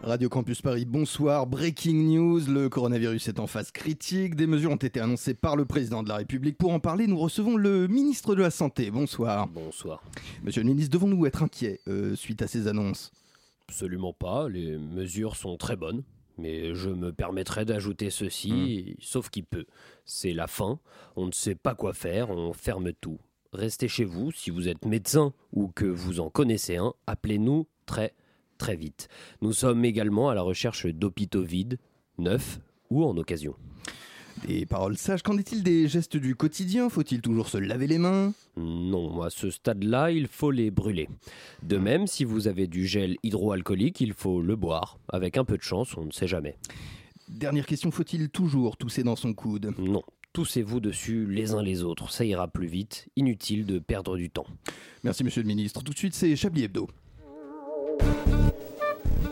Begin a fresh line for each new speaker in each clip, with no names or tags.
Radio Campus Paris, bonsoir. Breaking news, le coronavirus est en phase critique. Des mesures ont été annoncées par le président de la République. Pour en parler, nous recevons le ministre de la Santé. Bonsoir.
Bonsoir.
Monsieur le ministre, devons-nous être inquiets euh, suite à ces annonces
Absolument pas, les mesures sont très bonnes. Mais je me permettrai d'ajouter ceci,
Hmm.
sauf qu'il peut. C'est la fin, on ne sait pas quoi faire, on ferme tout. Restez chez vous, si vous êtes médecin ou que vous en connaissez un, appelez-nous très très vite. Nous sommes également à la recherche d'hôpitaux vides, neufs ou en occasion.
Des paroles sages, qu'en est-il des gestes du quotidien Faut-il toujours se laver les mains
Non, à ce stade-là, il faut les brûler. De même, si vous avez du gel hydroalcoolique, il faut le boire. Avec un peu de chance, on ne sait jamais.
Dernière question, faut-il toujours tousser dans son coude
Non, toussez-vous dessus les uns les autres, ça ira plus vite. Inutile de perdre du temps.
Merci monsieur le ministre. Tout de suite, c'est Chablis Hebdo.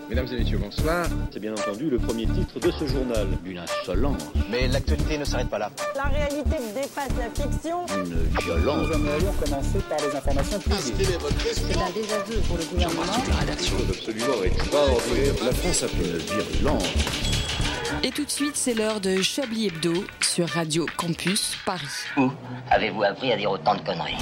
Mesdames et messieurs, bonsoir.
C'est bien entendu le premier titre de ce journal.
Une insolence,
Mais l'actualité ne s'arrête pas là.
La réalité dépasse la fiction.
une violence.
aimerions commencer par les informations privées.
C'est un désaveu pour le gouvernement.
Et tout de suite, c'est l'heure de Chablis Hebdo sur Radio Campus Paris.
Où avez-vous appris à dire autant de conneries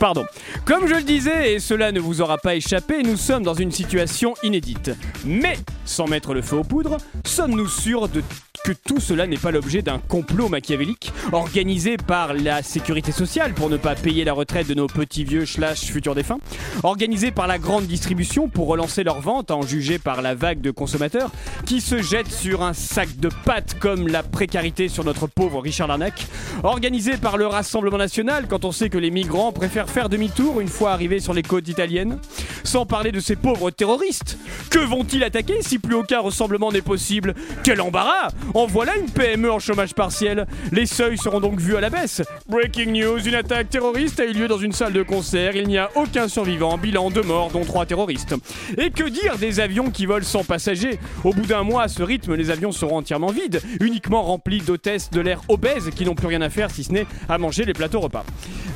Pardon. Comme je le disais, et cela ne vous aura pas échappé, nous sommes dans une situation inédite. Mais, sans mettre le feu aux poudres, sommes-nous sûrs de que tout cela n'est pas l'objet d'un complot machiavélique organisé par la sécurité sociale pour ne pas payer la retraite de nos petits vieux slash futurs défunts Organisé par la grande distribution pour relancer leurs ventes, à en juger par la vague de consommateurs qui se jettent sur un sac de pâtes comme la précarité sur notre pauvre Richard Larnac Organisé par le Rassemblement National quand on sait que les migrants préfèrent faire demi-tour une fois arrivés sur les côtes italiennes Sans parler de ces pauvres terroristes Que vont-ils attaquer si plus aucun rassemblement n'est possible Quel embarras En voilà une PME en chômage partiel Les seuils seront donc vus à la baisse Breaking news, une attaque terroriste a eu lieu dans une salle de concert, il n'y a aucun survivant, bilan de morts dont trois terroristes. Et que dire des avions qui volent sans passagers Au bout d'un mois, à ce rythme, les avions seront entièrement vides, uniquement remplis d'hôtesses de l'air obèses qui n'ont plus rien à faire si ce n'est à manger les plateaux repas.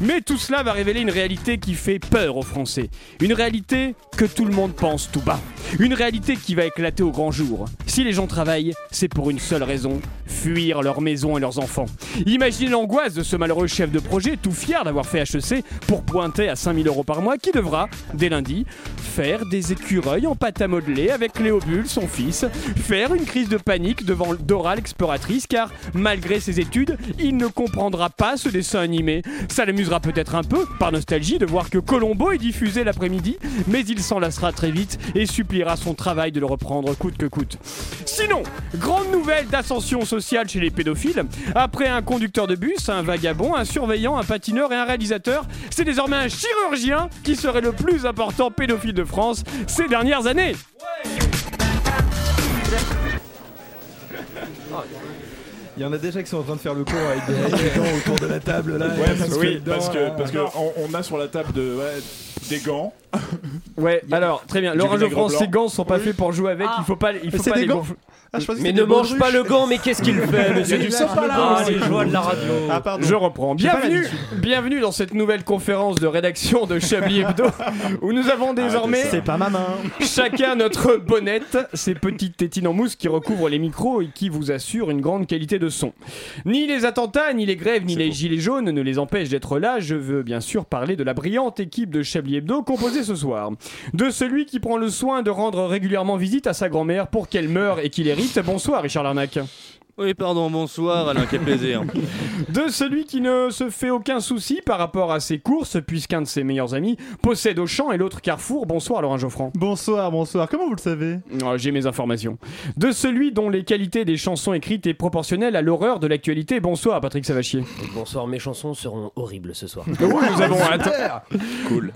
Mais tout cela va révéler une réalité qui fait peur aux Français. Une réalité que tout le monde pense tout bas. Une réalité qui va éclater au grand jour. Si les gens travaillent, c'est pour une seule raison, fuir leur maison et leurs enfants. Imaginez l'angoisse de ce malheureux chef de projet, tout fier d'avoir fait HEC pour pointer à 5000 euros par mois, qui devra, dès lundi, faire des écureuils en pâte à modeler avec Léobule, son fils, faire une crise de panique devant Dora l'exploratrice, car malgré ses études, il ne comprendra pas ce dessin animé. Ça l'amusera peut-être un peu, par nostalgie, de voir que Colombo est diffusé l'après-midi, mais il s'en lassera très vite et suppliera son travail de le reprendre coûte que coûte. Sinon, grande nouvelle d'ascension sociale chez les pédophiles. Après un conducteur de bus, un vagabond, un surveillant, un patineur et un réalisateur, c'est désormais un chirurgien qui serait le plus important pédophile de France ces dernières années.
Il y en a déjà qui sont en train de faire le cours avec des gens autour de la table là.
Ouais, parce que, parce que, parce que on, on a sur la table de, ouais, des gants.
Ouais, alors très bien. Laurent
vinaigre
Geoffrand,
blanc.
ces gants sont pas faits pour jouer avec. Il faut pas, il faut pas les gonfler.
Mais ne mange pas le gant, mais qu'est-ce qu'il fait, monsieur
du sopalin
Ah,
aussi.
les joies de la radio.
Ah pardon.
Je reprends.
J'ai pas
Bienvenue, bienvenue dans cette nouvelle conférence de rédaction de Chablis Hebdo où nous
Ah,
avons désormais
C'est pas ma main.
chacun notre bonnette, ces petites tétines en mousse qui recouvrent les micros et qui vous assurent une grande qualité de son. Ni les attentats, ni les grèves, ni les gilets jaunes ne les empêchent d'être là. Je veux bien sûr parler de la brillante équipe de Chablis Hebdo composée ce soir. De celui qui prend le soin de rendre régulièrement visite à sa grand-mère pour qu'elle meure et qu'il hérite. Bonsoir Richard Larnac.
Oui, pardon, bonsoir Alain, quel plaisir.
de celui qui ne se fait aucun souci par rapport à ses courses, puisqu'un de ses meilleurs amis possède Auchan et l'autre Carrefour. Bonsoir Laurent Geoffrand.
Bonsoir, bonsoir. Comment vous le savez
Oh, J'ai mes informations. De celui dont les qualités des chansons écrites est proportionnelle à l'horreur de l'actualité. Bonsoir Patrick Savachier.
Bonsoir, mes chansons seront horribles ce soir.
nous avons atteint.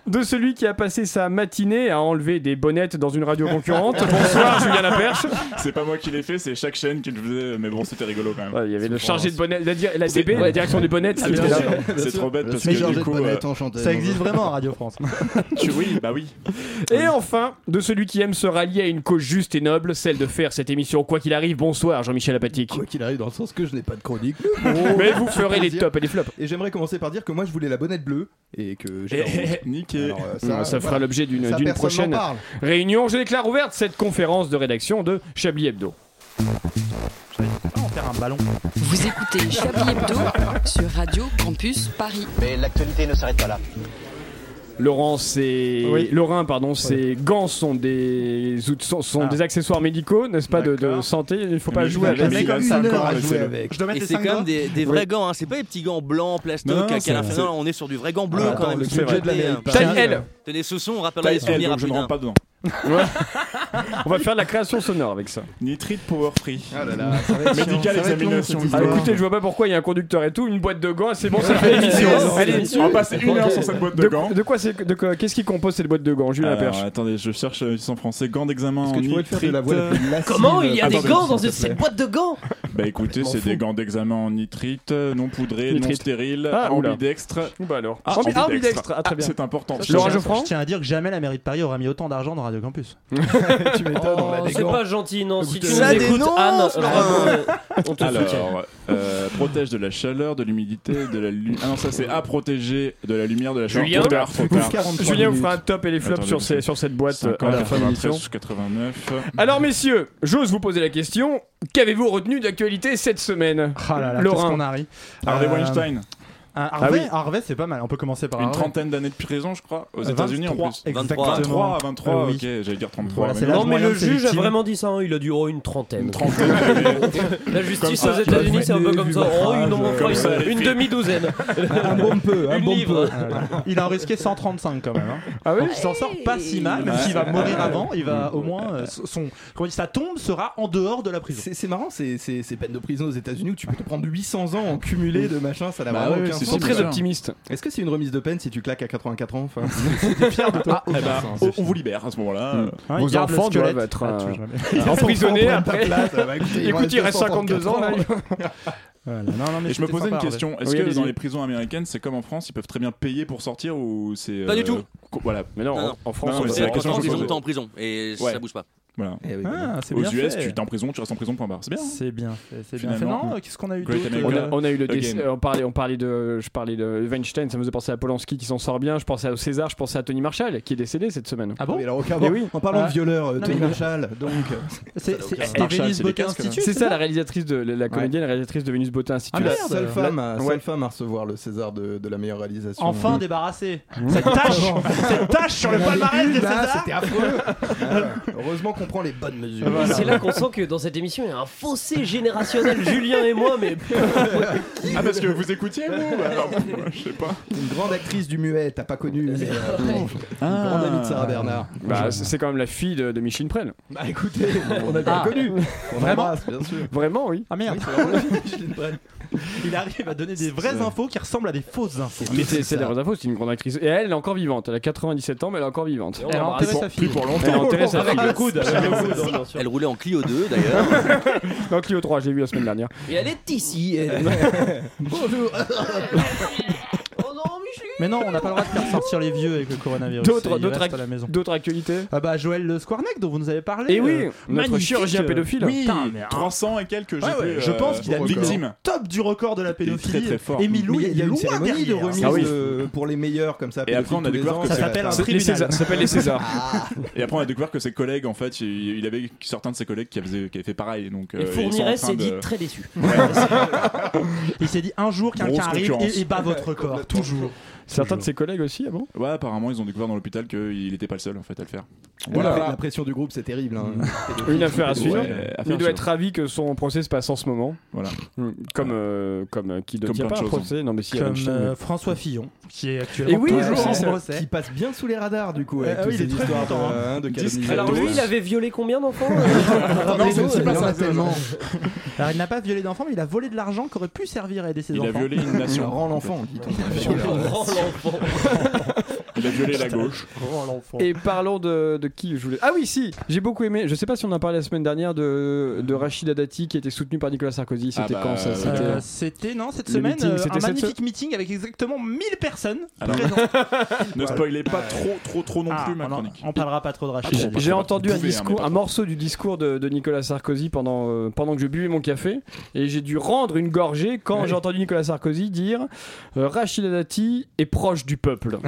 De celui qui a passé sa matinée à enlever des bonnettes dans une radio concurrente. Bonsoir Julien Laperche.
C'est pas moi qui l'ai fait, c'est chaque chaîne qui le faisait, mais bon. bon, c'était rigolo quand même.
Ouais, il y avait le
C'est
chargé de
bon.
bonnet, la, di- la
C'est-
DB, la
ouais.
direction des bonnets.
Ah, bien
c'était-
sûr. C'est trop bête parce que du coup, euh,
Ça existe vraiment à Radio France.
tu- oui, bah oui.
Et enfin, de celui qui aime se rallier à une cause juste et noble, celle de faire cette émission quoi qu'il arrive. Bonsoir Jean-Michel Apatique.
Quoi qu'il arrive, dans le sens que je n'ai pas de chronique.
Mais vous ferez les tops et les flops.
Oh. Et j'aimerais commencer par dire que moi je voulais la bonnette bleue et que j'ai. la honte.
Niqué.
Alors,
Ça,
euh,
fera
voilà.
l'objet d'une
Ça,
d'une
personne
prochaine
n'en parle.
réunion. Je déclare ouverte cette conférence de rédaction de Chablis Hebdo.
On faire un ballon.
Vous écoutez Chablis Hebdo sur Radio Campus Paris.
Mais l'actualité ne s'arrête pas là.
Laurent, c'est
Oui.
Lorrain, pardon, ces gants sont des out- sont, sont
Ah.
des accessoires médicaux, n'est-ce pas, de, de
D'accord.
santé. Il ne faut pas
Mais
jouer
je vais
avec.
jamais
Mec,
comme
une
ça
heure
encore,
à
mais
jouer
c'est le-
Je dois mettre
Et
les
c'est
5
quand même
doigts.
des, des vrais gants, hein. c'est pas les petits gants blancs, plastoc,
Non, non,
à
c'est-
calafat. Non, non, on est sur du vrai gant bleu
Attends,
quand même.
le
Tout
budget
ça,
de la
euh,
mairie de
Taille
Paris.
L.
Tenez ce son, on rappellera les
Taille
souvenirs
L,
à hein.
donc je ne
plus d'un.
rentre pas dedans.
On va faire de la création sonore avec ça.
Nitrite Power Free.
Ah là là, ça va être chiant,
Médical
ça va être long,
examination
cette
Ah,
histoire.
écoutez, je vois pas pourquoi il y a un conducteur et tout, une boîte de gants, c'est bon, ça fait l'émission. Allez,
On va passer une heure sur cette boîte de
de,
gants.
de quoi c'est de quoi- Qu'est-ce qui compose cette boîte de gants, Julien
Alors,
Laperche
attendez, je cherche euh, en français gants d'examen
Est-ce que
en
tu pourrais te faire de la voix la
nitrite.
plus lascive
Comment Oh, il y a
Attendez,
des gants dans
s'il te
cette
plaît.
boîte de gants
Bah écoutez, c'est des gants d'examen en nitrite, euh, non poudrés, non
Nitrite.
stériles,
Ah, oula.
ambidextres.
Bah alors.
Ah,
Ambi- ambidextre. Ah, très bien.
C'est important.
Je Laurent
tiens-
Geoffrand
je tiens à dire que jamais la mairie de Paris aura mis autant d'argent dans Radio Campus.
tu m'étonnes, on a
Oh,
des
Oh, c'est
gants.
pas gentil, non. Si tu
Ça
nous écoutes,
dénonce,
Anne,
Laurent.
euh, on te soutient.
Alors, euh, protège de la chaleur, de l'humidité, de la lumière. Ah non, ça c'est à protéger de la lumière, de la chaleur.
Julien
trop tard, trop tard.
43
Julien vous
minutes.
fera un top et les flops
Attendez,
sur, ces-
monsieur.
sur cette boîte euh, à
50,
la fin de l'émission.
93, 89.
Alors messieurs, j'ose vous poser la question, qu'avez-vous retenu d'actualité cette semaine
Ah là là, qu'est-ce
Laurent.
qu'on arrive.
Harvey
Euh,
Weinstein,
un
Ah
Harvey,
oui.
Harvey, c'est pas mal. On peut commencer par
une
Harvey.
trentaine d'années de prison, je crois, aux États-Unis en
23,
plus.
exactement.
23, 23,
Ah
Euh, oui.
ok, j'allais dire 33.
Voilà,
mais
c'est
non.
l'âge
Non, mais
moyen
le
de ces
juge a
victimes.
vraiment dit ça, hein, il a dû oh, une trentaine.
Une trentaine.
La justice
Comme
aux
ça,
États-Unis, c'est un peu
vu
comme
le
ça. Oh,
barrage,
ils en ont
euh,
pas
comme ça,
une,
les
une
filles.
demi-douzaine.
Un bon peu, un
Une
bon
livre.
peu.
Ah là là. Il a risqué 135 quand même. hein.
Ah oui
Donc il s'en sort pas si mal, même
Ouais.
s'il va mourir avant, il va au moins euh, son comment on dit, sa tombe sera en dehors de la prison.
C'est c'est marrant ces, ces, ces peines de prison aux États-Unis où tu peux te prendre 800 ans en cumulé de machin, ça n'a
Bah
vraiment
ouais,
aucun
c'est sûr.
sens.
Très
Voilà.
optimiste.
Est-ce que c'est une remise de peine si tu claques à 84 ans enfin, Ah, bah, C'était fier de toi.
Eh ben, on, on vous libère à ce moment-là.
Mm.
Hein,
Vos
il garde le
enfants doivent
squelette.
être,
Ah,
euh,
tu vois jamais.
Emprisonné après. Écoute,
bah,
Écoute,
il reste 52 ans là.
Voilà. Non, non, mais
Et je me
c'était
posais
sympa,
une
Harvey.
question. Est-ce
Oui,
que
allez-y.
dans les prisons américaines, c'est comme en France, ils peuvent très bien payer pour sortir ou c'est euh,
Pas du tout.
co- Voilà.
Mais non,
Non,
en- en France,
non,
on
mais
peut
c'est
pas.
la question
En
que
France,
je
ils
me
ont
posais.
tout en prison et
Ouais.
ça bouge pas.
voilà.
Ah, c'est
Aux
bien
US,
fait.
tu t'es en prison, tu restes en prison. Point barre. C'est bien.
C'est bien fait, c'est bien fait.
Finalement.
Non, qu'est-ce qu'on a eu
Great
d'autre
On
America.
a,
euh,
on a eu le
Again.
déc- euh, on parlait, on parlait de, je parlais de Weinstein, ça me faisait penser à Polanski qui s'en sort bien, je pensais à César, je pensais à Tony Marshall qui est décédé cette semaine.
Ah bon
alors, aucun
Mais
bon,
oui.
En parlant
Ah.
de violeur, euh,
Non,
Tony
mais-
Marshall, donc. euh,
C'est c'est- c'était
Marshall,
Venice
c'est des
Boca
casques,
Institute
C'est ça la réalisatrice de la, la comédienne, la réalisatrice de Venus Botin Institute.
Ah,
la
merde.
seule, femme à,
ouais.
seule femme à recevoir le César de, de la meilleure réalisation. Mm.
Enfin débarrassé. Cette tâche, cette tâche sur le
On en est
palmarès
plus,
des
là,
Césars.
C'était affreux. Ah, Heureusement qu'on prend les bonnes mesures.
Voilà.
Ah bah, C'est là qu'on sent que dans cette émission, il y a un fossé générationnel, Julien et moi, mais
Ah parce que vous écoutiez vous Bah, alors, moi, Je sais pas.
Une grande actrice du muet, t'as pas connu. mais, euh, Une grande amie de
Ah.
Sarah Bernard.
Bah, c'est c'est quand même la fille de, de Micheline Prel.
Bah écoutez, on a bien
Ah.
connu. On
Vraiment
embrasse, bien sûr.
Vraiment, oui.
Ah merde,
Oui, c'est vraiment la fille de Micheline Prel.
il arrive à donner des vraies infos qui ressemblent à des fausses infos.
Mais c'est
c'est
c'est
ça.
des vraies infos, c'est une grande actrice. Et elle, elle est encore vivante. Elle a 97 ans, mais elle est encore vivante.
on
Elle a
l'embrasse.
enterré sa fille.
pour
Elle a
longtemps.
enterré sa fille.
Elle roulait en Clio 2 d'ailleurs.
Dans Clio 3, j'ai vu la semaine dernière.
Et elle est ici. elle.
Bonjour.
Mais non, on n'a pas le droit de faire sortir les vieux avec le coronavirus.
D'autres-
Et ils
d'autres
restent
ac-
à la maison.
D'autres actualités
Ah bah Joël Le Squarnec dont vous nous avez parlé.
Eh oui,
euh,
notre
magnifique,
chirurgien
euh,
pédophile.
Oui,
Putain,
mais un-
300 et quelques. j'ai
Ouais, ouais,
vu,
je
euh,
pense qu'il a mis le
victime.
top du record de la
est
pédophilie.
très, très fort.
Et
Mais
Milou,
il y a
est
une
loin
cérémonie de
derrière.
remise
Ah oui.
euh, pour les meilleurs comme ça.
Et après, on a
tous les
découvert
ans.
que
Ça
c'est-
s'appelle un
C'est- les Césars-
tribunal.
Ça s'appelle les Césars.
Et après on a découvert que ses collègues en fait, il, il avait certains de ses collègues qui avaient, qui avaient fait pareil. Donc euh,
Et
ils sont en
Fourniret
train
s'est
de-
dit très déçu.
Il s'est dit un jour quelqu'un
Grosse
arrive
concurrence.
et, et bat votre record. Toujours.
Certains de ses collègues aussi, ah bon
Ouais, apparemment ils ont découvert dans l'hôpital qu'il n'était pas le seul en fait à le faire.
La, Ah. la pression du groupe, c'est terrible. hein.
Une affaire à suivre.
Ouais, euh, affaire
Il
à
doit
suivre.
être ravi que son procès se passe en ce moment.
Voilà.
Mm. Comme, euh, comme euh, qui ne
Comme
tient
plein
pas
de
un
choses,
procès. Non, mais si,
Comme
Einstein,
euh, François Fillon, qui est
Et
actuellement
Eh oui,
toujours
toujours,
en
c'est-
procès.
Qui passe bien sous les radars du coup.
Ouais,
Avec
ah oui,
toutes
il est
ces
très
histoires
content,
de- hein, de calomnie.
Alors lui, il avait violé combien d'enfants euh,
Non,
par
c'est
jour,
c'est
euh,
pas ça. Tellement.
Alors il n'a pas violé d'enfants, mais il a volé de l'argent qui aurait pu servir à aider ses
Il a
enfants.
violé une
Il
nation.
rend l'enfant. dit-on.
Oh,
l'enfant.
Il a violé la gauche.
Oh l'enfant.
Et parlons de, de qui je voulais. Ah oui, si, j'ai beaucoup aimé. Je sais pas si on en a parlé la semaine dernière de, de Rachida Dati qui était soutenue par Nicolas Sarkozy.
Ah
C'était
bah,
quand ça
euh,
C'était
C'était non cette Ah
Le
semaine
meeting,
euh,
c'était
un
cette
magnifique meeting avec exactement 1000 personnes
Alors,
présentes.
ne spoilez pas trop, trop, trop non
Ah,
plus ma
on en-
chronique.
Ah, On parlera pas hein, trop de Rachid.
J'ai- J'ai entendu un, discours, un morceau du discours de, de Nicolas Sarkozy pendant, euh, pendant que je buvais mon café et j'ai dû rendre une gorgée quand
Ouais.
j'ai entendu Nicolas Sarkozy dire euh, Rachida Dati est proche du peuple.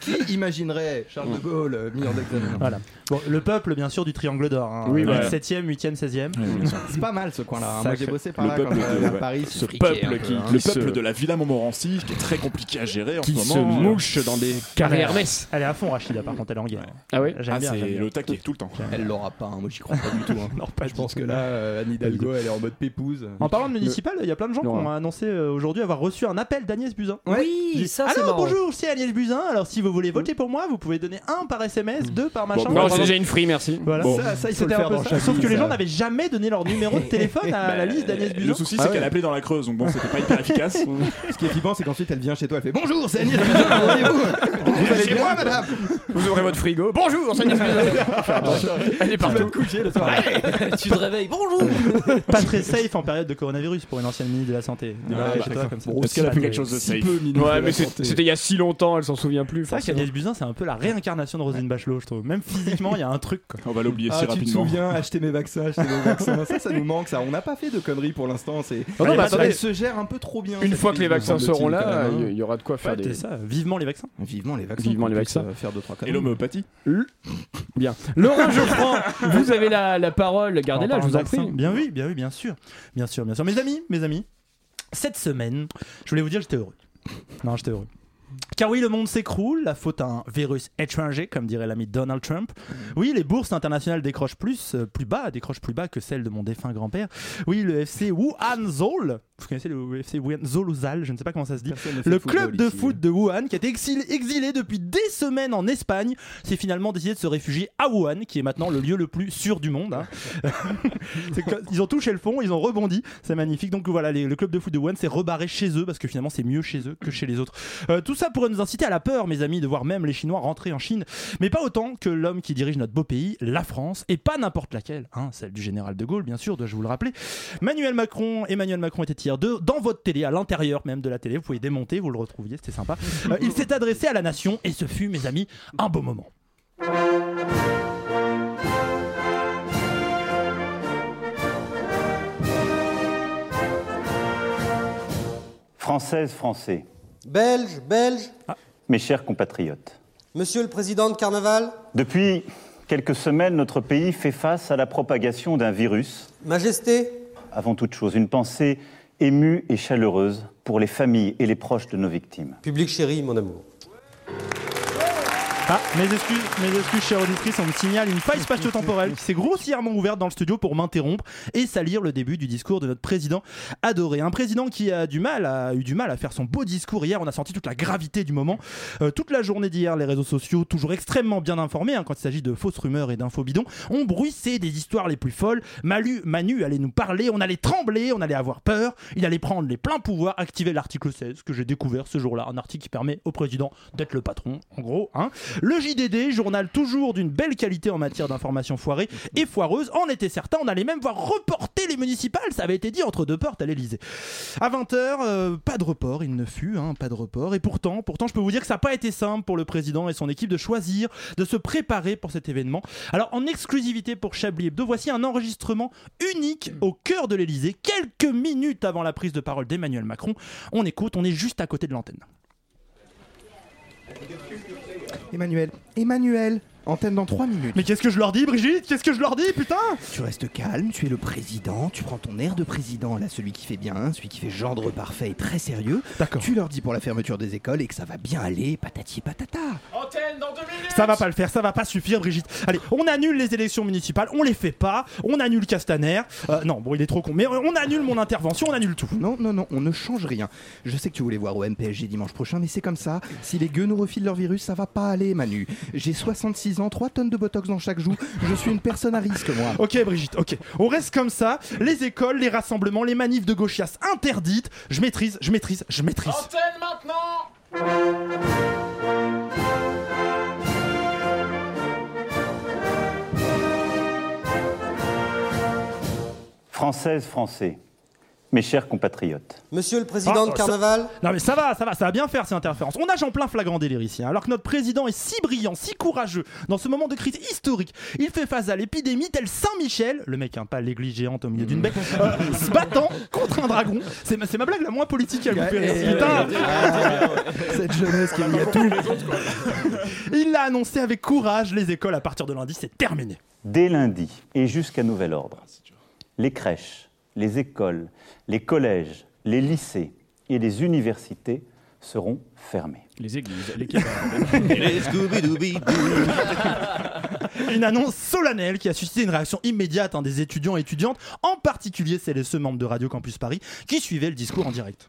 Qui imaginerait Charles de Gaulle euh, mis en examen
Voilà. Bon, le peuple, bien sûr, du triangle d'or. Hein,
Oui, voilà.
7e, 8e, 16e.
C'est pas mal ce
Ah,
coin-là. hein. Moi j'ai
Sacré-
bossé par
le
là
peuple
quand
de-
euh,
j'allais à
ouais.
Paris.
Ce peuple
hein.
qui- le peuple de la Villa Montmorency, qui est très compliqué à gérer en
hein. Qui
ce
se
moment. euh, Ah,
mouche
dans des
Elle est- Elle est à fond, Rachida, par contre, elle est en guerre.
Ah oui
J'aime bien. j'aime bien.
taquet tout le temps.
Elle l'aura pas, hein. moi j'y crois pas du tout. hein. je pense que là, euh, Anne Hidalgo, elle est en mode pépouze.
En parlant de municipal, il y a plein de gens qui
Non.
ont annoncé euh, aujourd'hui avoir reçu un appel d'Agnès Buzyn.
Oui,
J'ai dit,
ça, c'est
Alors
marrant.
bonjour, c'est Agnès Buzyn. Alors si vous voulez
Mmh.
voter pour moi, vous pouvez donner un par SMS, deux par machin.
non, j'ai déjà une free, merci.
Voilà. Ça, ça, c'était un peu ça. Sauf que les gens n'avaient jamais donné leur numéro de téléphone à la liste d'Agnès Buzyn.
Bah, Le souci, c'est qu'elle appelait dans la Creuse, donc bon, c'était pas hyper efficace.
Ah Ce qui est flippant, c'est qu'ensuite elle vient chez toi, elle fait Bonjour, c'est Agnès Buzyn, comment allez-vous Vous allez
Chez
bien,
moi,
madame
Vous ouvrez votre frigo. Bonjour, c'est Agnès Buzyn. Elle est partout.
tu te réveilles, bonjour Pas très safe en période de coronavirus pour une ancienne ministre de la Santé. De
Ouais,
rester
bah,
chez toi comme ça.
bon, si peu- si peu, ministre de la Santé. c'était il y a si longtemps, elle s'en souvient plus.
C'est vrai qu'Agnès Buzyn, c'est un peu la réincarnation de Roselyne Bachelot, je trouve. Même physiquement, il y a un truc. quoi.
On va l'oublier
Ah, tu te souviens, acheter mes vaccins, acheter mes vaccins. Ça, ça nous manque, ça. On n'a pas fait de conneries pour l'instant. C'est.
Ah non,
Elle-
mais attendez.
elle se gère un peu trop bien.
Une
cette
fois que
crise,
les
me
vaccins
semble-t-il,
seront là,
quand même, hein.
il y- il y aura de quoi faire
Ouais,
des.
c'est ça.
Vivement les vaccins.
Vivement les vaccins.
Vivement les
qu'on
vaccins.
puisse, euh, Faire deux trois
Et l'homéopathie
Bien. Laurent Geoffran, vous avez la, la parole, gardez-la,
En
je vous en
parlant de vaccin.
prie.
Bien oui, bien oui, bien sûr. Bien sûr, bien sûr. Mes amis, mes amis, cette semaine, je voulais vous dire j'étais heureux. Non, j'étais heureux. Car oui, le monde s'écroule, la faute à un virus étranger, comme dirait l'ami Donald Trump.
Mm.
Oui, les bourses internationales décrochent plus, euh, plus bas, décrochent plus bas que celles de mon défunt grand-père. Oui, le FC Wuhan Zol, vous connaissez le FC Wuhan Zol ou Zal, je ne sais pas comment ça se dit.
Personne ne fait
Le
de football
club de
ici.
foot de Wuhan, qui a été exil- exilé depuis des semaines en Espagne, s'est finalement décidé de se réfugier à Wuhan, qui est maintenant le lieu le plus sûr du monde. hein. C'est que ils ont touché le fond, ils ont rebondi, c'est magnifique. Donc voilà, les- le club de foot de Wuhan s'est rebarré chez eux parce que finalement c'est mieux chez eux que chez les autres. Euh, tout ça pourrait nous inciter à la peur, mes amis, de voir même les Chinois rentrer en Chine, mais pas autant que l'homme qui dirige notre beau pays, la France, et pas n'importe laquelle, hein, celle du général de Gaulle, bien sûr, dois-je vous le rappeler. Manuel Macron, Emmanuel Macron était hier de- dans votre télé, à l'intérieur même de la télé, vous pouvez démonter, vous le retrouviez, c'était sympa. Euh, il s'est adressé à la nation et ce fut, mes amis, un beau moment.
Françaises, Français, Ah.
Belge, belge,
mes chers compatriotes,
monsieur le président de carnaval,
depuis quelques semaines, notre pays fait face à la propagation d'un virus.
majesté,
Avant toute chose, une pensée émue et chaleureuse pour les familles et les proches de nos victimes.
public chéri, mon amour.
Ah, mes excuses, mes excuses, chère auditrice, on me signale une faille spatio-temporelle qui s'est grossièrement ouverte dans le studio pour m'interrompre et salir le début du discours de notre président adoré. Un président qui a du mal, a eu du mal à faire son beau discours hier. On a senti toute la gravité du moment. Euh, toute la journée d'hier, les réseaux sociaux, toujours extrêmement bien informés hein, quand il s'agit de fausses rumeurs et d'infos bidons, ont bruissé des histoires les plus folles. Malu, Manu allait nous parler, on allait trembler, on allait avoir peur. Il allait prendre les pleins pouvoirs, activer l'article 16 que j'ai découvert ce jour-là, un article qui permet au président d'être le patron, en gros. hein. Le JDD, journal toujours d'une belle qualité en matière d'information foirée et foireuse, en était certain. On allait même voir reporter les municipales, ça avait été dit entre deux portes à l'Elysée. À 20h, pas de report, il ne fut, hein, pas de report. Et pourtant, pourtant, je peux vous dire que ça n'a pas été simple pour le président et son équipe de choisir, de se préparer pour cet événement. Alors, en exclusivité pour Chablis Hebdo, voici un enregistrement unique au cœur de l'Elysée, quelques minutes avant la prise de parole d'Emmanuel Macron. On écoute, on est juste à côté de l'antenne.
Emmanuel, Emmanuel, antenne dans 3 minutes.
Mais qu'est-ce que je leur dis, Brigitte Qu'est-ce que je leur dis, putain
Tu restes calme, tu es le président, tu prends ton air de président, là, celui qui fait bien, celui qui fait gendre parfait et très sérieux. D'accord. Tu leur dis pour la fermeture des écoles et que ça va bien aller, patati patata.
Antenne dans deux minutes
Ça va pas le faire, ça va pas suffire, Brigitte. Allez, on annule les élections municipales, on les fait pas, on annule Castaner. Euh, non, bon, il est trop con, mais on annule mon intervention, on annule tout.
Non, non, non, on ne change rien. Je sais que tu voulais voir au MPSG dimanche prochain, mais c'est comme ça. Si les gueux nous refilent leur virus, ça va pas aller, Manu. J'ai 66 ans, 3 tonnes de botox dans chaque joue. Je suis une personne à risque, moi.
Ok, Brigitte, ok. On reste comme ça, les écoles, les rassemblements, les manifs de gauchias interdites. Je maîtrise, je maîtrise, je maîtrise.
Antenne maintenant
Françaises, Français, mes chers compatriotes.
Monsieur le Président
Ah,
de
ça-
Carnaval
Non mais ça va, ça va, ça va bien faire ces interférences. On nage en plein flagrant délire ici, hein, alors que notre président est si brillant, si courageux, dans ce moment de crise historique, il fait face à l'épidémie tel Saint-Michel, le mec, hein, pas l'église géante au milieu
Mm.
d'une baie, euh, se battant contre un dragon. C'est ma, c'est ma blague la moins politique à vous faire.
Ouais,
Putain.
ouais, ouais, Cette jeunesse qui est liée à tout.
Il l'a annoncé avec courage, les écoles à partir de lundi, c'est terminé.
Dès lundi et jusqu'à nouvel ordre,
Ah,
les crèches, les écoles, les collèges, les lycées et les universités seront fermés.
Les églises, les kebabs.
Les Scooby-Dooby-Doo.
Une annonce solennelle qui a suscité une réaction immédiate hein, des étudiants et étudiantes, en particulier celles et ceux membres de Radio Campus Paris qui suivaient le discours en direct.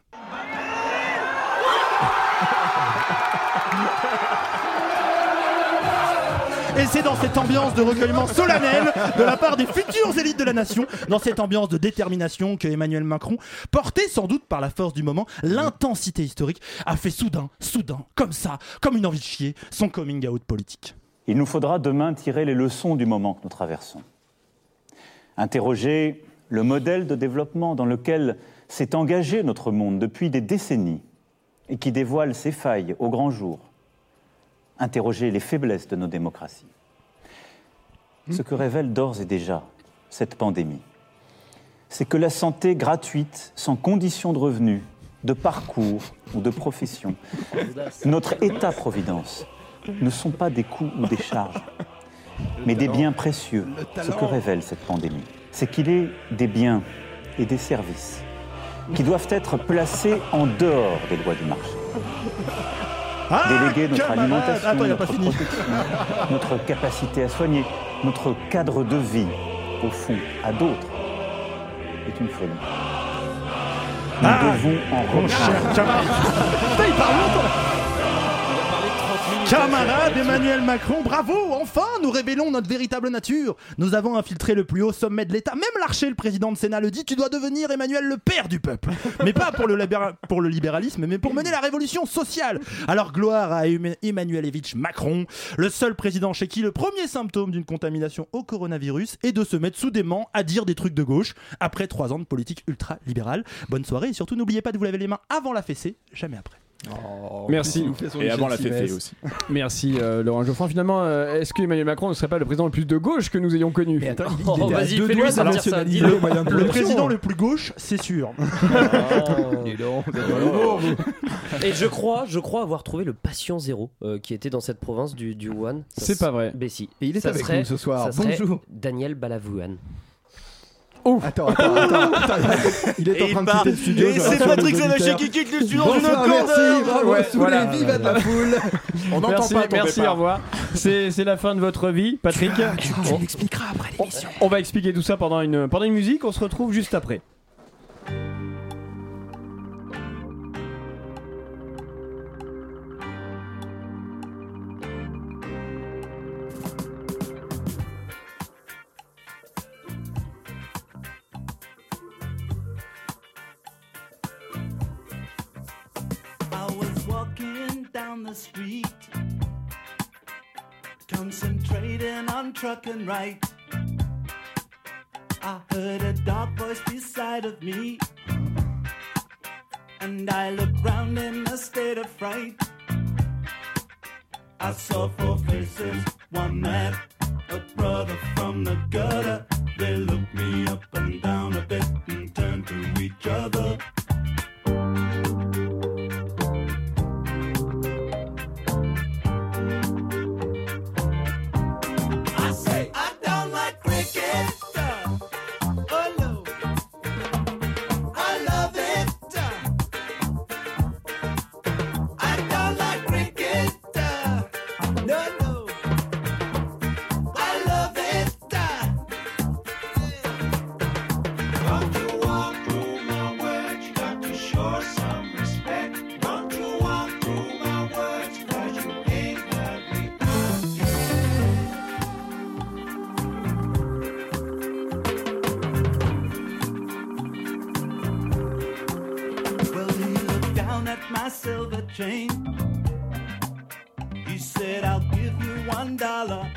Et c'est dans cette ambiance de recueillement solennel de la part des futures élites de la nation, dans cette ambiance de détermination que Emmanuel Macron, porté sans doute par la force du moment, l'intensité historique, a fait soudain, soudain, comme ça, comme une envie de chier, son coming out politique.
Il nous faudra demain tirer les leçons du moment que nous traversons. Interroger le modèle de développement dans lequel s'est engagé notre monde depuis des décennies et qui dévoile ses failles au grand jour. Interroger les faiblesses de nos démocraties. Ce que révèle d'ores et déjà cette pandémie, c'est que la santé gratuite, sans condition de revenu, de parcours ou de profession, notre État-providence ne sont pas des coûts ou des charges, mais des biens précieux. Ce que révèle cette pandémie, c'est qu'il est des biens et des services qui doivent être placés en dehors des lois du marché. Déléguer notre
camarade
alimentation,
Ah, Attends, il a pas
notre
fini.
protection, notre capacité à soigner, notre cadre de vie, au fond, à d'autres, est une folie. Nous
Ah,
devons en reprendre.
Putain, il parle longtemps. Camarade Emmanuel Macron, bravo Enfin, nous révélons notre véritable nature Nous avons infiltré le plus haut sommet de l'État. Même l'archer, le président de Sénat, le dit, tu dois devenir Emmanuel le père du peuple. Mais pas pour le, libéra- pour le libéralisme, mais pour mener la révolution sociale. Alors gloire à Em- Emmanuelevitch Macron, le seul président chez qui le premier symptôme d'une contamination au coronavirus est de se mettre soudainement à dire des trucs de gauche après trois ans de politique ultra-libérale. Bonne soirée et surtout n'oubliez pas de vous laver les mains avant la fessée, jamais après.
Oh.
Merci.
Et avant la fête aussi.
Merci euh, Laurent Geoffrin. Finalement, euh, est-ce que Emmanuel Macron ne serait pas le président le plus de gauche que nous ayons connu
Il
Oh,
était à deux doigts de nationaliser le, le président le plus gauche, c'est sûr.
Euh, Et je crois, je crois avoir trouvé le patient zéro euh, qui était dans cette province du, du Wuhan. Ça
C'est
s-
pas vrai.
Mais si.
Et il est
Ça
avec
serait-
nous ce soir.
ça serait
Bonjour.
Daniel Balavouane.
Attends, attends, attends, attends. Il est
Et
en train de
il part.
quitter le studio.
Et
je
c'est
rassure
Patrick
nos
Savachier
auditeurs.
qui quitte le studio dans
Bonsoir,
une corde.
hein.
Merci, bravo,
Ouais,
soulevez,
voilà.
viva de la foule.
On
n'entend
merci,
pas ton
Merci,
départ.
au revoir. C'est c'est la fin de votre vie, Patrick.
Tu, tu l'expliqueras après l'émission.
On va expliquer tout ça pendant une, pendant une musique. On se retrouve juste après.
I was walking down the street, concentrating on trucking right. I heard a dark voice beside of me, and I looked round in a state of fright. I saw four faces, one mad, a brother from the gutter. They looked me up and down a bit and turned to each other. I say I don't like cricket. Oh no, I love it. I don't like cricket. No no, I love it. Come to walk through my way. at my silver chain. He said, I'll give you one dollar.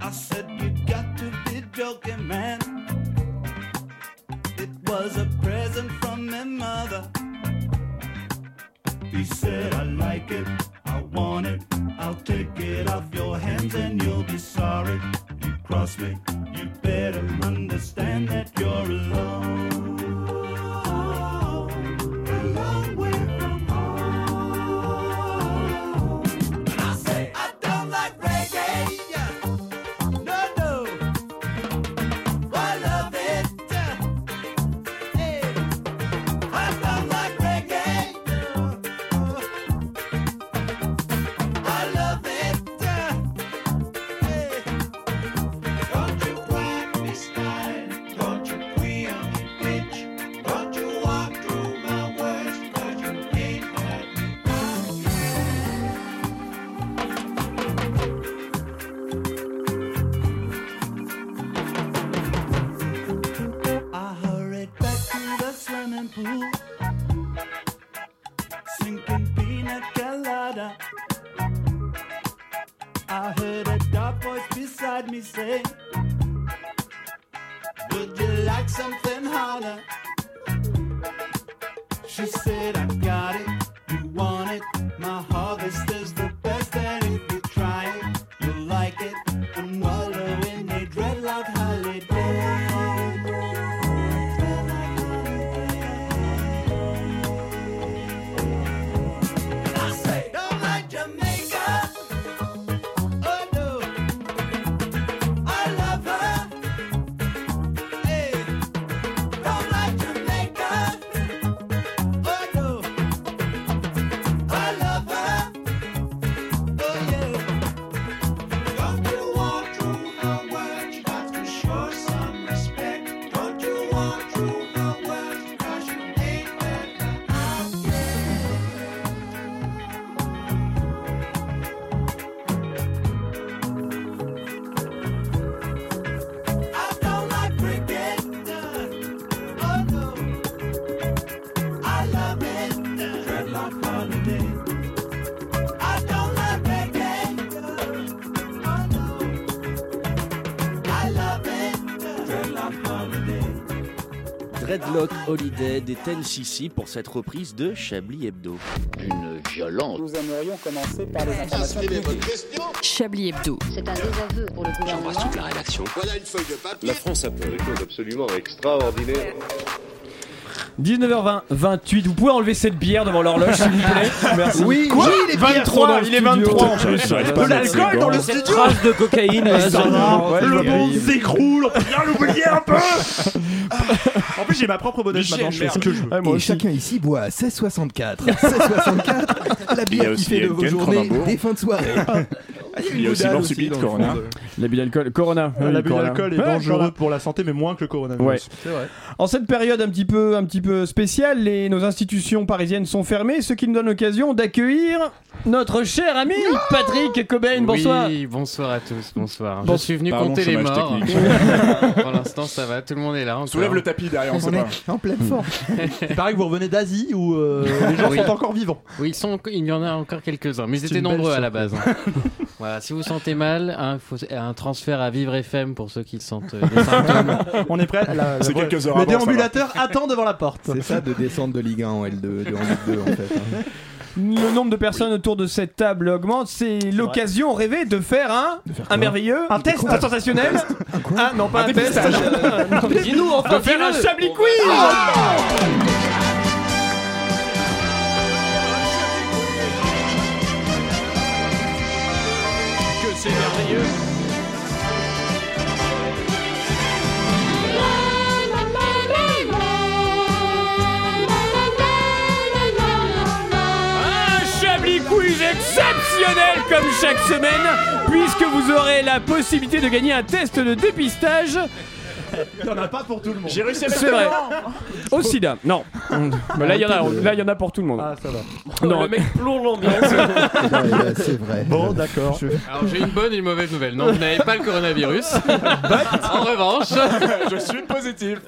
I said, You got to be joking, man. It was a present from my mother. He said, I like it, I want it. I'll take it off your hands and you'll be sorry. You cross me, you better understand that you're alone. A long way from home. And I say, I don't like reggae. No, no. I love it. Hey. I don't like reggae. I love it. Hey. Don't you grab me style. Don't you queer me, bitch. Don't you walk through my words. Cause you ain't what you I hurried back to the swimming pool. Sinking pina colada. I heard a dark voice beside me say, Would you like something harder? She said, I got it, you want it. My harvest is the best, and if you try it, you'll like it. And wallow in a dreadlock holiday. I say, don't like Jamaica. Oh no, I love her. Hey, don't like Jamaica. Oh no, I love her. Oh yeah. Don't you walk through her words? Got to show some respect. Don't you walk through her words? 'Cause you ain't what I'm I don't like cricket. Oh no, I love it. Dreadlock holiday. I don't like reggae. Oh no, I love it. Dreadlock holiday.
Dreadlock Holiday des 10cc pour cette reprise de Chablis Hebdo. Une violence.
Nous aimerions commencer par les informations
Chablis Hebdo. C'est un désaveu pour le
J'embrasse toute la rédaction. Voilà une feuille de papier. La France a fait des choses absolument extraordinaires.
19h20, 28. Vous pouvez enlever cette bière devant l'horloge, s'il vous plaît
Merci.
Oui,
Quoi
oui, il est 23,
dans le
il est
studio.
23.
Je saurais pas
De
mettre ces
l'alcool
gants.
dans le
Cette
studio.
trace de cocaïne, euh,
Ça
ça
va,
va, ouais,
le
je
monde
vais.
s'écroule, on peut bien l'oublier un peu Ah. En plus j'ai ma propre bonnette
Michel,
maintenant, je fais ce que je veux.
Et chacun ici boit à 1664. 1664, la
Il y a
bière qui
aussi
fait de
Heineken,
vos journées
Cronenbourg.
des fins de soirée.
Ah,
Il y a aussi mort subite, Corona.
euh,
L'abus d'alcool, Corona. oui,
Ah, L'abus
Corona.
d'alcool est
Ouais,
dangereux
Corona.
pour la santé, mais moins que le
Ouais.
coronavirus. C'est vrai.
En cette période un petit peu, un petit peu euh, spéciale, les, nos institutions parisiennes sont fermées, ce qui nous donne l'occasion d'accueillir notre cher ami Patrick Cobain. Bonsoir.
Oui, bonsoir à tous, bonsoir.
Bon-
Je suis venu
Pardon,
compter les
chômage
morts.
technique.
Pour l'instant, ça va, tout le monde est là. encore.
Soulève le tapis derrière, on sait On pas. est en pleine forme. Hein. Il paraît que vous revenez d'Asie où euh, les gens
Oui.
sont encore vivants.
Oui, ils sont, il y en a encore quelques-uns, mais ils
C'est
étaient
une belle
nombreux à la base.
surprise.
hein. voilà, si vous sentez mal, hein, faut- un transfert à Vivre FM pour ceux qui sentent euh, des symptômes.
On est prêt Ah, la- la- Le déambulateur attend devant la porte.
C'est ça de descendre de Ligue 1 en L2, de, en Ligue 2 en fait. hein.
Le nombre de personnes autour de cette table augmente. C'est l'occasion rêvée de faire un, un merveilleux, un test sensationnel. Ah non, pas un, test. Dis-nous Oh, enfin. De faire un Chablis Quiz.
Que c'est merveilleux.
Un Chablis Quiz exceptionnel comme chaque semaine, puisque vous aurez la possibilité de gagner un test de dépistage.
Il n'y en a pas pour tout le monde.
J'ai réussi à
C'est vrai. Au sida, non. Mais là, il y en a,
Arrêtez de-
là, il y en a pour tout le monde.
Ah, ça va.
Non.
Le mec plombe l'ambiance.
C'est vrai.
Bon, d'accord.
Alors j'ai une bonne et une mauvaise nouvelle. Non, vous n'avez pas le coronavirus. en revanche,
Je suis positif.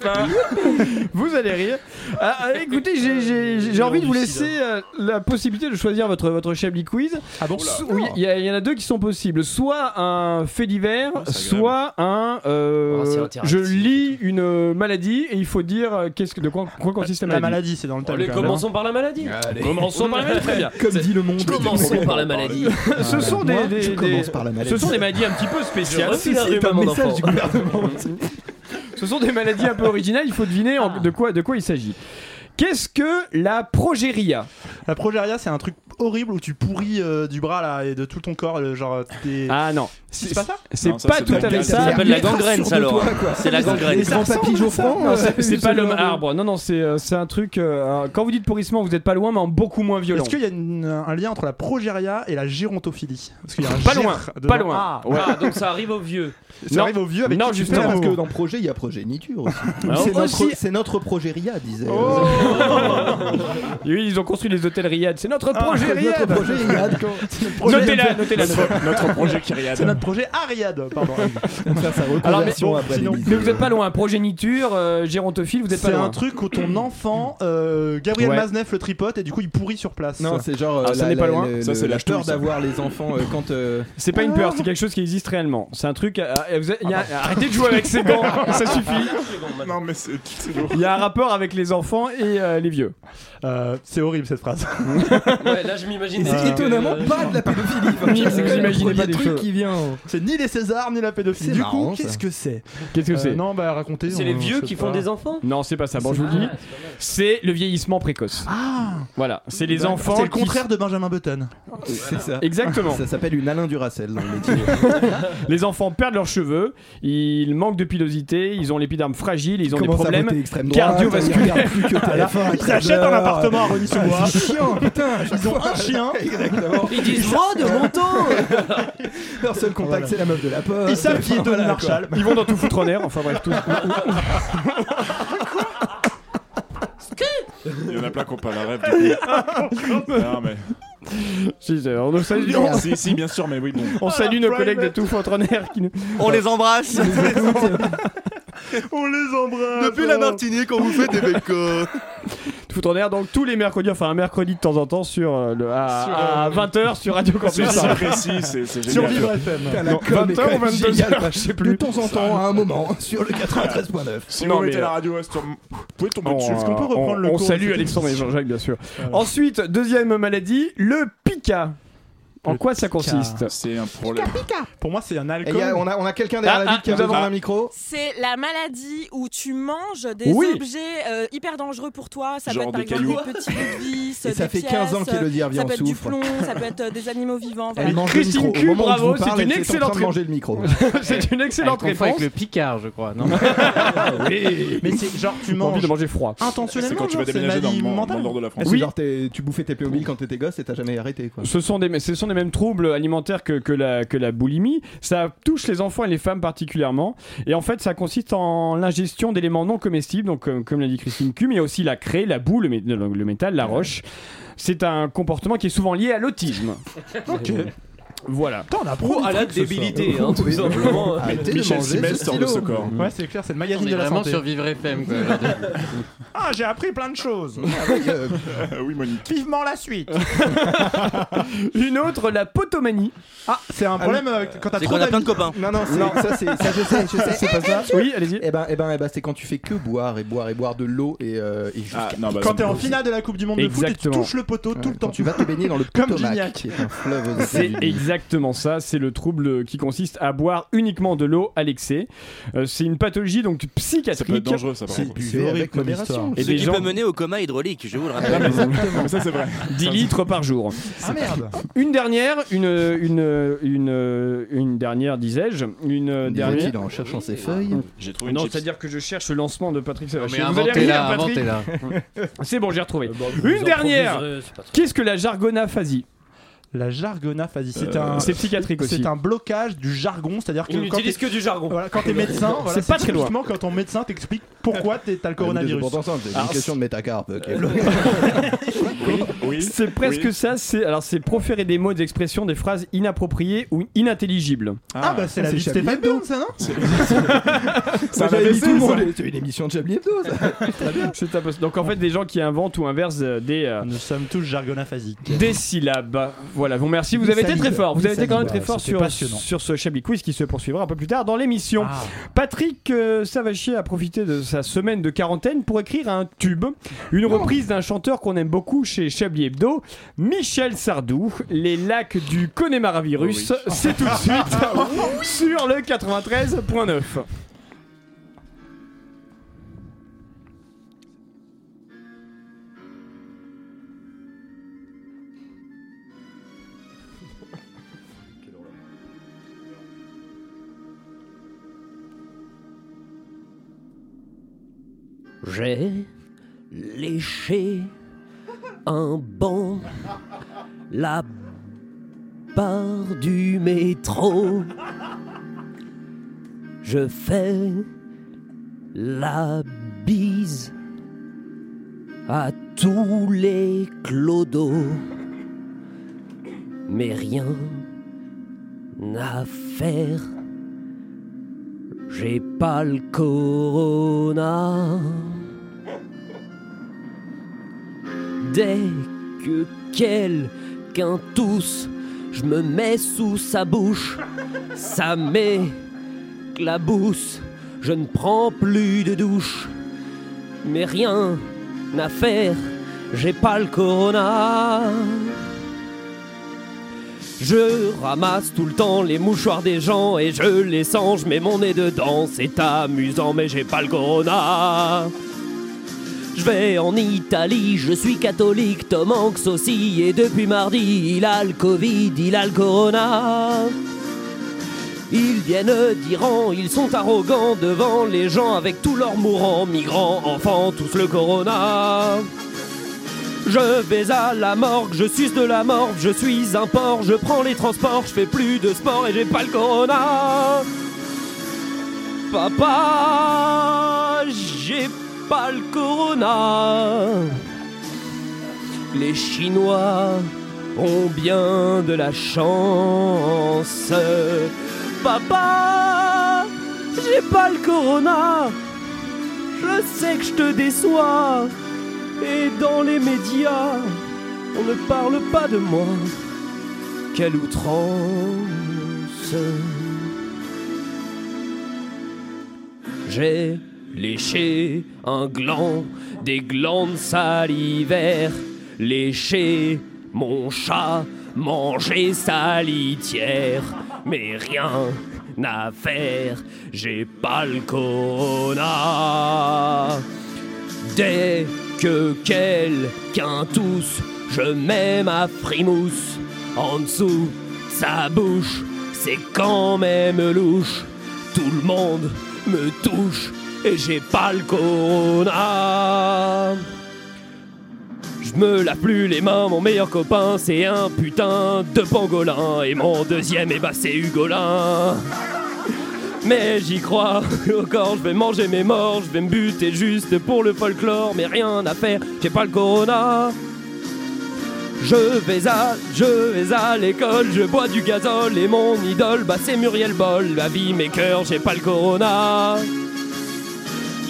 Vous allez rire. Ah, ah, écoutez, j'ai- j'ai j'ai envie de vous laisser euh, la possibilité de choisir votre, votre Chablis quiz. Ah bon Oui, il y, a- il y en a deux qui sont possibles. Soit un fait divers,
Ah,
soit un. euh,
Oh, c'est interactif,
je lis une euh, maladie et il faut dire euh, qu'est-ce que, de quoi, quoi consiste la
La
maladie.
maladie, c'est dans le thème,
Allez,
quand même.
par la maladie.
Commençons par la maladie, très bien.
Comme dit le monde.
Commençons par la maladie.
ce sont des,
Moi,
des-
je
des-
commence par la maladie.
ce sont des maladies un petit peu spéciales.
Je refuse C'est un l'argument, mon message enfant. du
gouvernement. ce sont des maladies un peu originales. Il faut deviner
Ah.
en- de quoi de quoi il s'agit. Qu'est-ce que la progéria
La progéria, c'est un truc horrible où tu pourris euh, du bras là et de tout ton corps, euh, genre. T'es...
Ah non.
C'est pas ça
C'est Non, ça, pas c'est tout la- à fait ça. ça s'appelle la gangrène, ça, Laurent. C'est la gangrène. Les grands-papis Geoffran, euh, C'est pas l'homme arbre. Non, non, c'est euh, c'est un truc. euh, un- Quand vous dites pourrissement, vous êtes pas loin, mais en beaucoup moins violent.
Est-ce qu'il y a une- un lien entre la progéria et la gérontophilie Parce qu'il y a un
Pas
gère
loin,
dedans.
pas loin.
Ah,
Ouais.
Ah, donc ça arrive aux vieux.
Ça arrive aux vieux avec
Non,
qui tu
justement,
fais
parce que
l'amour.
dans projet, il y a progéniture aussi. Oh.
Ah,
c'est,
aussi-
Notre, c'est notre progéria, disait.
Et oui, ils ont construit les hôtels Riyad. C'est
Ah,
notre projet Riyad.
notre projet Riyad.
Notez-la, notez-la.
C'est notre projet Ariad, pardon.
Alors, mais,
reconversion
bon,
après
sinon-
les
mais vous êtes pas loin, progéniture, euh, gérontophile, vous êtes pas
C'est
loin.
un truc où ton enfant, euh, Gabriel
Ouais.
Mazneff le tripote et du coup il pourrit sur place.
Non, c'est genre.
Ah,
Ah,
euh, la- la- le- le- la peur d'avoir les enfants euh, quand. euh,
C'est pas une
Ah.
peur, c'est quelque chose qui existe réellement. C'est un truc. euh, euh, vous êtes-
Ah,
il y a- arrêtez de jouer avec ses gants, ça suffit.
Non, mais c'est.
Il y a un rapport avec les enfants et euh, les vieux.
Euh, c'est horrible cette phrase.
Ouais, là je m'imagine.
Et c'est étonnamment
euh,
euh,
pas de la pédophilie. Enfin,
Ni-
c'est
vous
le
imaginez
premier
pas des
truc
choses.
qui vient. C'est ni les Césars ni la pédophilie.
C'est
Du
marrant,
coup,
ça.
qu'est-ce que c'est
Qu'est-ce que
Euh,
c'est
Non, bah racontez.
C'est les vieux qui font des enfants
Non, c'est pas ça. Bon, je vous le dis, c'est le vieillissement précoce.
Ah.
Voilà, c'est
Bah,
les enfants.
Bah, C'est le
qui-
contraire de Benjamin Button.
C'est ça.
Exactement.
Ça s'appelle une Alain Duracel dans le métier.
Les enfants perdent leurs cheveux, ils manquent de pilosité, ils ont l'épiderme fragile, ils ont des
Commence à
problèmes
voter extrême droite, Ah, ils
cardiovasculaires.
regardent plus que TF1 à
Ils achètent un
13h.
appartement à Renis-sous-Bois.
Ah, c'est chiant, putain, à chaque
Ils ont
fois.
un chien.
Exactement.
Ils disent, Oh, de mon
Leur seul contact, c'est la meuf de la poste.
Ils savent qui est
Enfin,
Donald
voilà,
Marshall.
quoi.
Ils vont dans tout foutre en air, enfin bref, tout.
Il y en a plein qui ont pas la rêve. du coup. non, mais.
Si, c'est- on, salue, on-
Si, si, bien sûr, mais oui, bon.
on salue nos collègues de tout foutre en air qui nous.
On les embrasse.
On les embrasse.
Depuis la Martinique, on vous fait des becos.
Tout foutre en air, donc tous les mercredis, enfin un mercredi de temps en temps, sur, euh, le, à,
Sur, euh,
20h sur Radio Campus.
C'est si précis, c'est c'est génial.
Sur Vivre FM.
Putain, la
Non,
com est
20
quand
ou
même
22,
géniale, quoi.
je sais plus.
De temps en temps, à un moment, sur le 93.9.
Si
Non,
vous mettez
mais,
la
euh,
radio, est-ce que vous pouvez tomber
On,
dessus Est-ce qu'on peut
euh,
reprendre
on-
le
on
cours
salue Alexandre et Jean-Jacques, bien sûr. Ensuite, deuxième maladie, le pica. En quoi ça consiste
C'est un problème.
Pour moi, c'est un
Et
alcool.
il y a- on a, on a quelqu'un derrière
Ah,
la vitre
ah,
qui a
nous avons-
besoin d'un micro.
C'est la maladie où tu manges des
Oui.
objets euh, hyper dangereux pour toi. Ça
Genre
peut être par
des
exemple
cailloux.
des petits bouts de vis,
Et ça
des
fait
pièces,
15 ans qu'Élodie Hervé
Ça
en
peut être du
souffre.
plomb, ça peut être euh, des animaux vivants.
Elle mange
Christine
le micro.
Q,
Au moment où je
bravo,
vous parle,
c'est une
elle est en train de
excellente-
manger le micro.
C'est une excellente
Elle confond
réponse.
avec le Picard, je crois. Non.
Mais c'est genre tu
J'ai pas envie
manges
de manger froid.
intentionnellement.
C'est quand tu
genre,
vas déménager
une
dans le-
maladie
dans
mentale.
le nord de la France.
C'est
Oui.
genre, t'es- tu bouffais tes Playmobil quand t'étais gosse et t'as jamais arrêté quoi.
Ce sont, des, mais ce sont les mêmes troubles alimentaires que, que, la, que la boulimie. Ça touche les enfants et les femmes particulièrement. Et en fait, ça consiste en l'ingestion d'éléments non comestibles, donc euh, comme, comme l'a dit Christine Q, mais aussi la craie, la boue, le, mé- le- le métal, la roche. C'est un comportement qui est souvent lié à l'autisme.
Ok.
Voilà.
Putain, on apprend
Pro
des
à la
trucs ce soir.
débilité, hein, tout
Ah,
simplement.
Arrêtez de
Michel
manger
Simès
ce
sort de
stylo.
ce corps.
Ouais, c'est clair, c'est le
on
magazine
est
de la
vraiment
santé.
sur Vivre FM. Quoi, aujourd'hui.
Ah, j'ai appris plein de choses.
Oui, Monique.
Vivement la suite.
Une autre, la potomanie.
Ah, c'est un problème euh, quand t'as
C'est
trop
qu'on a plein de
d'amis.
copains.
Non, non, c'est-
Non.
ça, c'est, ça, je sais, je sais, c'est pas ça.
Oui, allez-y.
Eh ben, eh ben, eh ben, c'est quand tu fais que boire et boire et boire de l'eau et, euh, et jusqu'à.
Ah, non, bah,
Quand
c'est
t'es en finale de la Coupe du Monde de foot et tu
Exactement.
touches le poteau tout le temps.
Quand tu vas te baigner dans le
Comme
Potomac,
Gignac.
qui est un fleuve aux
C'est
États-Unis.
exactement ça, c'est le trouble qui consiste à boire uniquement de l'eau à l'excès. Euh, c'est une pathologie donc
Ça peut être
psychiatrique.
dangereux, ça, par
C'est
contre.
buvez avec
comme
modération. Ah,
Et
Ce
des
qui
gens
peut mener au coma hydraulique, je vous le rappelle.
Non, Ah, mais ça, c'est vrai.
10 litres par jour.
Ah merde.
Une dernière, une, une, une, une dernière, disais-je. Une dernière.
Dernier. En cherchant ses feuilles.
J'ai trouvé une
Non,
chips.
c'est-à-dire que je cherche le lancement de Patrick
Non,
Sébastien.
mais
Bah, Vous allez rire, Patrick.
inventez-la,
Eh ben,
inventez-la.
C'est bon, j'ai retrouvé. Une dernière. Qu'est-ce que la jargonaphasie
La jargona phasie. C'est
Euh,
un,
c'est psychiatrique aussi.
C'est un blocage du jargon, c'est-à-dire que
On
quand
n'utilise
t'es-
que du jargon.
Voilà, quand t'es médecin,
C'est
voilà,
pas très loin.
typiquement quand ton médecin t'explique pourquoi t'es- t'as le coronavirus.
C'est important, c'est une
Alors,
question de métacarpe. ok.
C'est presque ça. C'est alors c'est proférer des mots, des expressions, des phrases inappropriées ou inintelligibles.
Ah, bah c'est la vie de Stéphane Bern, ça non
Moi, j'avais dit tout le monde, C'est une émission de Chablis Hebdo. ça.
C'est un peu- Donc en fait, des gens qui inventent ou inversent euh, des. Nous
sommes tous jargonaphasiques.
Des syllabes. Voilà, je vous remercie. Vous
Des
avez été
salives.
très fort. Vous
Des
avez été quand même
salives.
très fort
C'était
sur,
passionnant. Ah.
sur ce Chablis Quiz qui se poursuivra un peu plus tard dans l'émission. Patrick euh, Savachier a profité de sa semaine de quarantaine pour écrire un tube, une reprise d'un chanteur qu'on aime beaucoup chez Chablis Hebdo, Michel Sardou, Les lacs du Connemaravirus. C'est tout de suite sur le 93.9.
J'ai léché un banc la barre du métro. Je fais la bise à tous les clodos. Mais rien à faire. J'ai pas le corona. Dès que quelqu'un tousse, je me mets sous sa bouche. Ça m'éclabousse. Je ne prends plus de douche. Mais rien à faire. J'ai pas le corona. Je ramasse tout le temps les mouchoirs des gens et je les sens, je mets mon nez dedans, c'est amusant mais j'ai pas le corona. Je vais en Italie, je suis catholique, Tom Hanks aussi, et depuis mardi, il a le Covid, il a le corona. Ils viennent d'Iran, ils sont arrogants devant les gens avec tous leurs mourants, migrants, enfants, tous le corona. Je vais à la morgue, je suce de la morgue, je suis un porc, je prends les transports, je fais plus de sport et j'ai pas le corona. Papa, j'ai pas le corona. Les Chinois ont bien de la chance. Papa, j'ai pas le corona. Je sais que je te déçois. Et dans les médias, on ne parle pas de moi. Quelle outrance. J'ai léché un gland, des glandes salivaires, léché mon chat, mangé sa litière, mais rien à faire, j'ai pas le corona. Dès que quelqu'un tousse, je mets ma frimousse en dessous de sa bouche. C'est quand même louche. Tout le monde me touche et j'ai pas le corona. Je me lave plus les mains, mon meilleur copain c'est un putain de pangolin et mon deuxième et bah c'est Hugolin. Mais j'y crois encore, je vais manger mes morts, je vais me buter juste pour le folklore, mais rien à faire, j'ai pas le corona. Je vais à, je vais à l'école, je bois du gazole et mon idole, bah c'est Muriel Boll, la vie mes cœurs, j'ai pas le corona.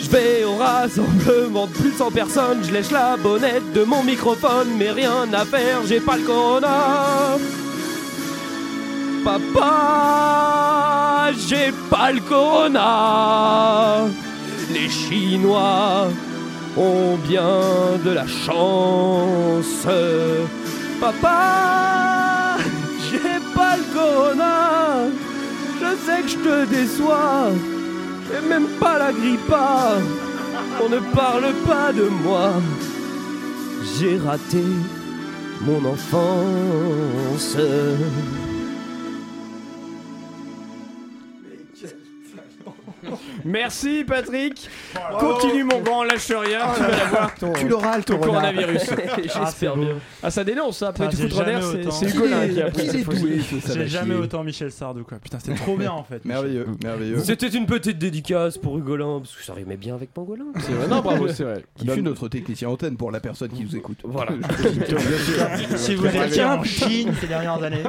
Je vais au rassemblement de plus de 100 personnes, je lèche la bonnette de mon microphone, mais rien à faire, j'ai pas le corona. Papa, j'ai pas le corona. Les Chinois ont bien de la chance. Papa, j'ai pas le corona. Je sais que je te déçois. J'ai même pas la grippa. On ne parle pas de moi. J'ai raté mon enfance.
Merci Patrick. Continue mon grand, lâche rien.
Ah,
tu vas Ah, l'avoir.
ton- Tu l'auras, le
ton
ton renard.
coronavirus.
Ah, J'espère c'est beau.
bien. Ah, ça dénonce, ça. Après
Ah,
tu
j'ai
foutre en
jamais
l'air, c'est
autant-
c'est Hugolin qui a pris cette fois-ci.
J'ai jamais autant Michel Sardou quoi. Putain, c'était trop bien en fait.
Merveilleux, merveilleux.
C'était une petite dédicace pour Hugolin, parce que ça rimait bien avec Pangolin.
C'est vrai, Qui fut notre technicien antenne pour la personne qui nous écoute.
Voilà.
Si vous êtes
bien
en Chine
ces dernières années.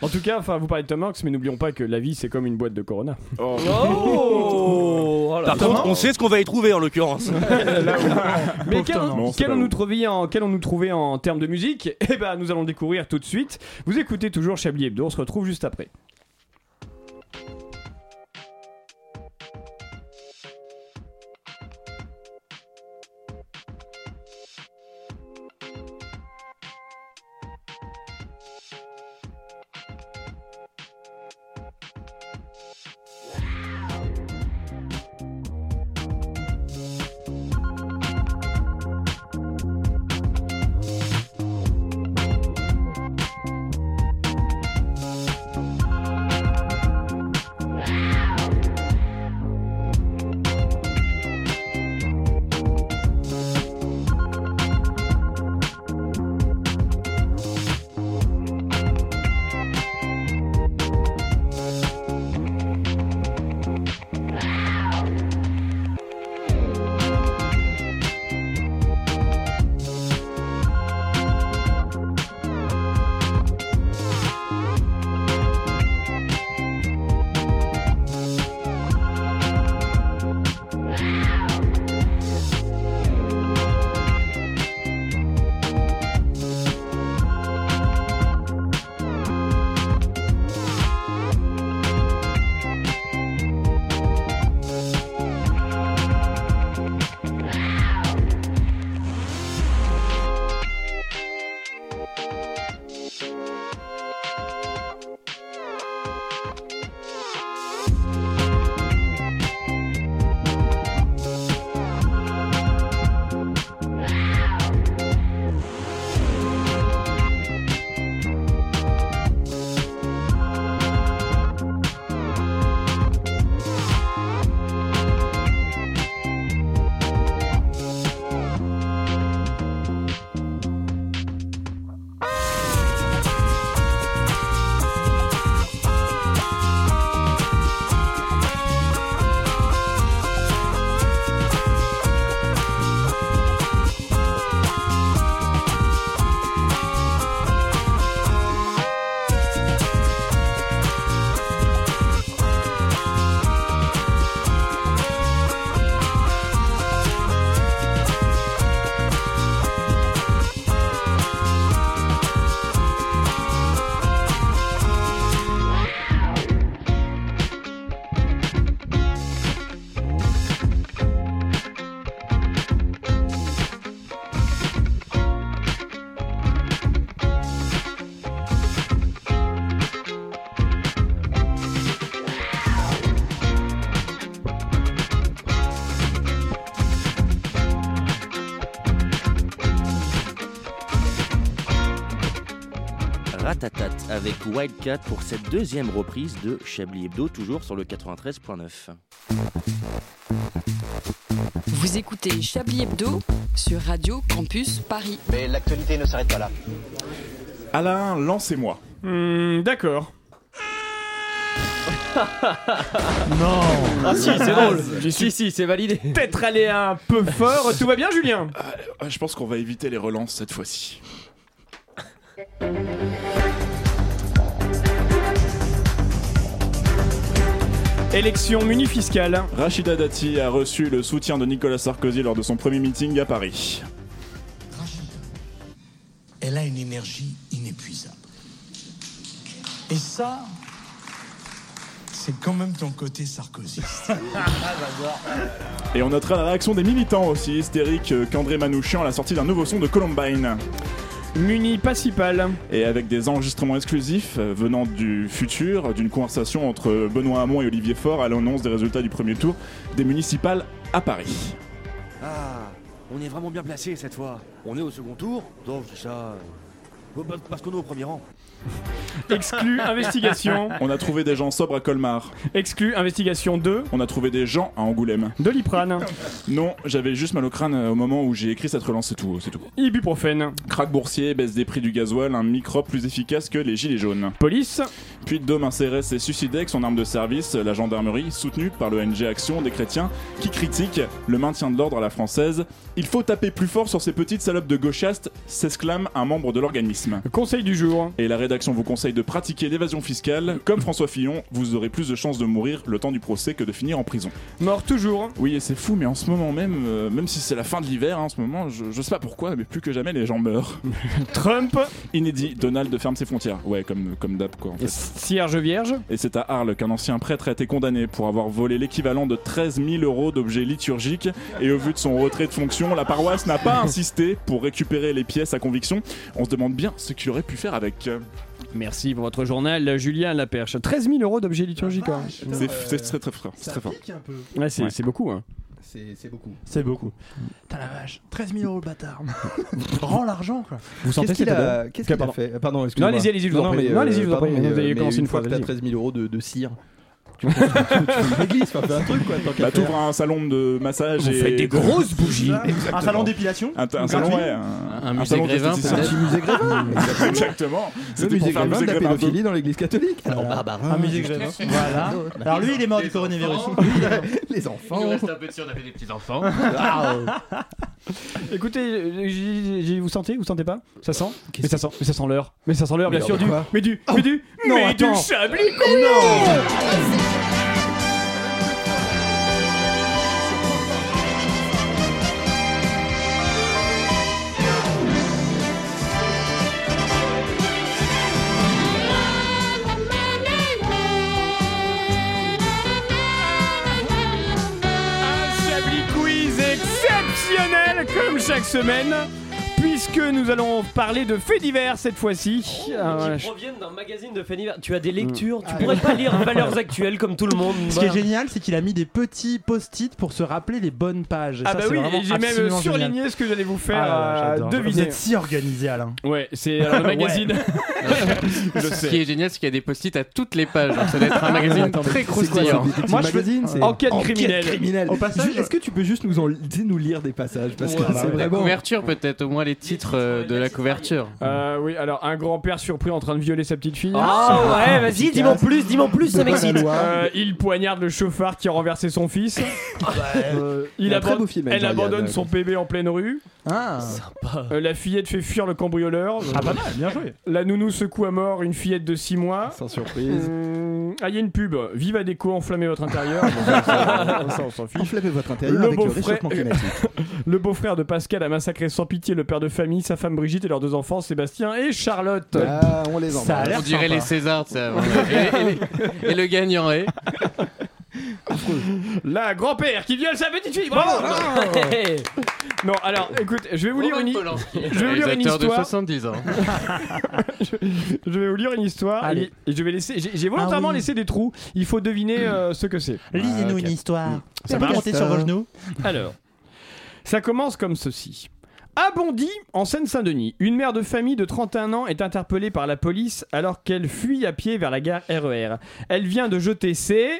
En tout cas, enfin, vous parlez de Tom Hanks, mais n'oublions pas que la vie, c'est comme une boîte de Corona.
Oh Par contre, on sait ce qu'on va y trouver en l'occurrence.
Mais
Pauvre
quel-
Thomas. Non, c'est pas
qu'allons-nous trouver en qu'allons-nous trouver en termes de musique Eh ben, nous allons le découvrir tout de suite. Vous écoutez toujours Chablis Hebdo. On se retrouve juste après.
Ratatat avec Wildcat pour cette deuxième reprise de Chablis Hebdo, toujours sur le 93.9.
Vous écoutez Chablis Hebdo sur Radio Campus Paris. Mais l'actualité ne s'arrête pas là.
Alain, lancez-moi.
Hmm, D'accord.
Non.
Ah si, c'est drôle.
Si, si, c'est validé.
Peut-être aller un peu fort. Tout va bien, Julien
Ah, Je pense qu'on va éviter les relances cette fois-ci.
Élection munifiscale.
Rachida Dati a reçu le soutien de Nicolas Sarkozy lors de son premier meeting à Paris.
elle a une énergie inépuisable. Et ça, c'est quand même ton côté sarkozyste.
Et on notera la réaction des militants aussi hystériques euh, qu'André Manouchian à la sortie d'un nouveau son de Columbine.
Muni principal.
Et avec des enregistrements exclusifs euh, venant du futur, d'une conversation entre Benoît Hamon et Olivier Faure à l'annonce des résultats du premier tour des municipales à Paris.
Ah, on est vraiment bien placé
bah,
cette fois. On est au second tour, donc je dis ça. euh, bah, Parce qu'on est au premier rang.
Exclu investigation.
On a trouvé des gens sobres à Colmar.
Exclu investigation 2.
On a trouvé des gens à Angoulême.
Doliprane.
Non, j'avais juste mal au crâne euh, au moment où j'ai écrit cette relance, c'est tout, c'est tout.
Ibuprofène.
Crac boursier, baisse des prix du gasoil, un microbe plus efficace que les gilets jaunes.
Police.
Puis Dôme, un CRS s'est suicidé avec son arme de service, la gendarmerie, soutenue par le NG Action des chrétiens, qui critique le maintien de l'ordre à la française. Il faut taper plus fort sur ces petites salopes de gauchastes, s'exclame un membre de l'organisme.
Conseil du jour.
Et la rédaction vous conseille de pratiquer l'évasion fiscale. Comme François Fillon, vous aurez plus de chances de mourir le temps du procès que de finir en prison.
Mort toujours.
Oui, et c'est fou, mais en ce moment même, euh, même si c'est la fin de l'hiver hein, en ce moment, je, je sais pas pourquoi, mais plus que jamais, les gens meurent.
Trump.
Inédit, Donald ferme ses frontières. Ouais, comme, comme d'hab, quoi. en fait.
Cierge vierge.
Et c'est à Arles qu'un ancien prêtre a été condamné pour avoir volé l'équivalent de 13 000 euros d'objets liturgiques. Et au vu de son retrait de fonction, la paroisse n'a pas insisté pour récupérer les pièces à conviction. On se demande bien ce qu'il aurait pu faire avec.
Merci pour votre journal, Julien Laperche. 13 000 euros d'objets liturgiques. hein.
C'est c'est très très fort. C'est très fort.
Ouais, c'est
Ouais.
c'est beaucoup. hein.
C'est beaucoup.
C'est beaucoup. Putain la vache, 13 000 euros le bâtard. Rends l'argent quoi.
Vous sentez
cette
qu'il a,
odeur
qu'est-ce
Ok,
qu'il a
pardon.
fait Euh, Pardon,
Non,
excusez-moi.
allez-y, allez-y, je vous en prie.
mais,
Non, allez-y, je vous en
pardon,
prie.
mais,
Vous avez
mais
commencé une fois,
que t'as
allez-y.
13 000 euros de, de cire. Tu tu- tu- tu l'église, enfin, fais un truc quoi. tant qu'à
Bah,
faire.
t'ouvres un salon de massage
Ah,
Vous
et.
faites des grosses
bougies
Un salon d'épilation
Un, un
Gratuit.
salon, ouais.
Un musée
salon
Grévin,
d'esthéticien.
peut-être. Un petit musée
Grévin, exactement.
Exactement.
Le
C'était pour
musée
faire un
Grévin
musée
de la
Grévin un peu.
pédophilie dans l'église catholique. Alors, barbarin.
Un musée Grévin. Voilà. Alors lui il est mort Oh, du coronavirus.
Oh,
Les enfants.
un peu si on avait des petits enfants.
Écoutez, euh, j'ai- j'ai- vous sentez Vous sentez pas Ça sent Mais ça sent, mais ça sent l'heure. Mais ça sent l'heure, bien
Mais
sûr.
l'heure
Du,
de quoi
mais du, mais du,
non,
mais du
attends.
Chablis Un Chablis Quiz exceptionnel comme chaque semaine, puisque nous allons parler de faits divers cette fois-ci.
Oh,
Ah,
Qui proviennent d'un magazine de Fanny. Tu as des lectures, tu pourrais pas lire Valeurs Actuelles comme tout le monde.
Ce qui est génial, c'est qu'il a mis des petits post-it pour se rappeler les bonnes pages. Et
Ah
ça,
bah
c'est
oui,
vraiment
et j'ai même
absolument
surligné
génial.
ce que j'allais vous faire
Ah là là,
euh,
j'adore. Vous
deviner.
êtes si organisé, Alain.
Ouais, c'est alors, le
Ouais.
magazine. Je
Ce
sais.
qui est génial, c'est qu'il y a des post-it à toutes les pages. Donc ça doit être un magazine très croustillant.
Moi, je fais- Enquête criminelle.
Au passage, est-ce que tu peux juste nous en- tu sais, nous lire des passages parce que c'est
Ah bah La
vraiment.
couverture peut-être, au moins les titres euh, de la couverture.
Euh, oui, alors un grand-père surpris en train de violer sa petite fille.
Ah ouais, vas-y, dis-moi plus, dis-moi plus,
Devant
ça
la
m'excite.
loi. Euh, il poignarde le chauffard qui a renversé son fils.
Ah,
Euh, il
bah, un très
abandonne-
beau film,
elle
Adrien,
abandonne
euh,
son bébé en pleine rue.
Ah.
Euh, la fillette fait fuir le cambrioleur.
Ah pas mal, bien joué.
La nounou secoue à mort une fillette de 6 mois.
Sans surprise.
Hum, ah, il y a une pub. Vive Adéco, enflammez votre intérieur. Bon, ça, ça, ça, on s'en fiche.
Enflammez votre intérieur
Le
avec le
beau-frère-
réchauffement climatique.
Le beau-frère de Pascal a massacré sans pitié le père de famille, sa femme Brigitte et leurs deux enfants, Sébastien et Charlotte.
Ah, on les
Ça a
embrasse.
l'air
On dirait
sympa.
les Césars, ça. Et, et- et le gagnant est.
La grand-père qui viole sa petite fille. Bravo. non, alors, écoute, je vais vous lire une.
Roman Polanski,
Je vais vous lire une
réalisateur de
histoire.
70 ans.
Je vais vous lire une histoire.
Allez.
Et et je vais laisser. J'ai j'ai volontairement
Ah oui.
laissé des trous. Il faut deviner euh, ce que c'est.
Lisez-nous une histoire. Ça peut monter sur vos genoux.
Alors, ça commence comme ceci. À Bondy, en Seine-Saint-Denis, une mère de famille de 31 ans est interpellée par la police alors qu'elle fuit à pied vers la gare RER. Elle vient de jeter ses...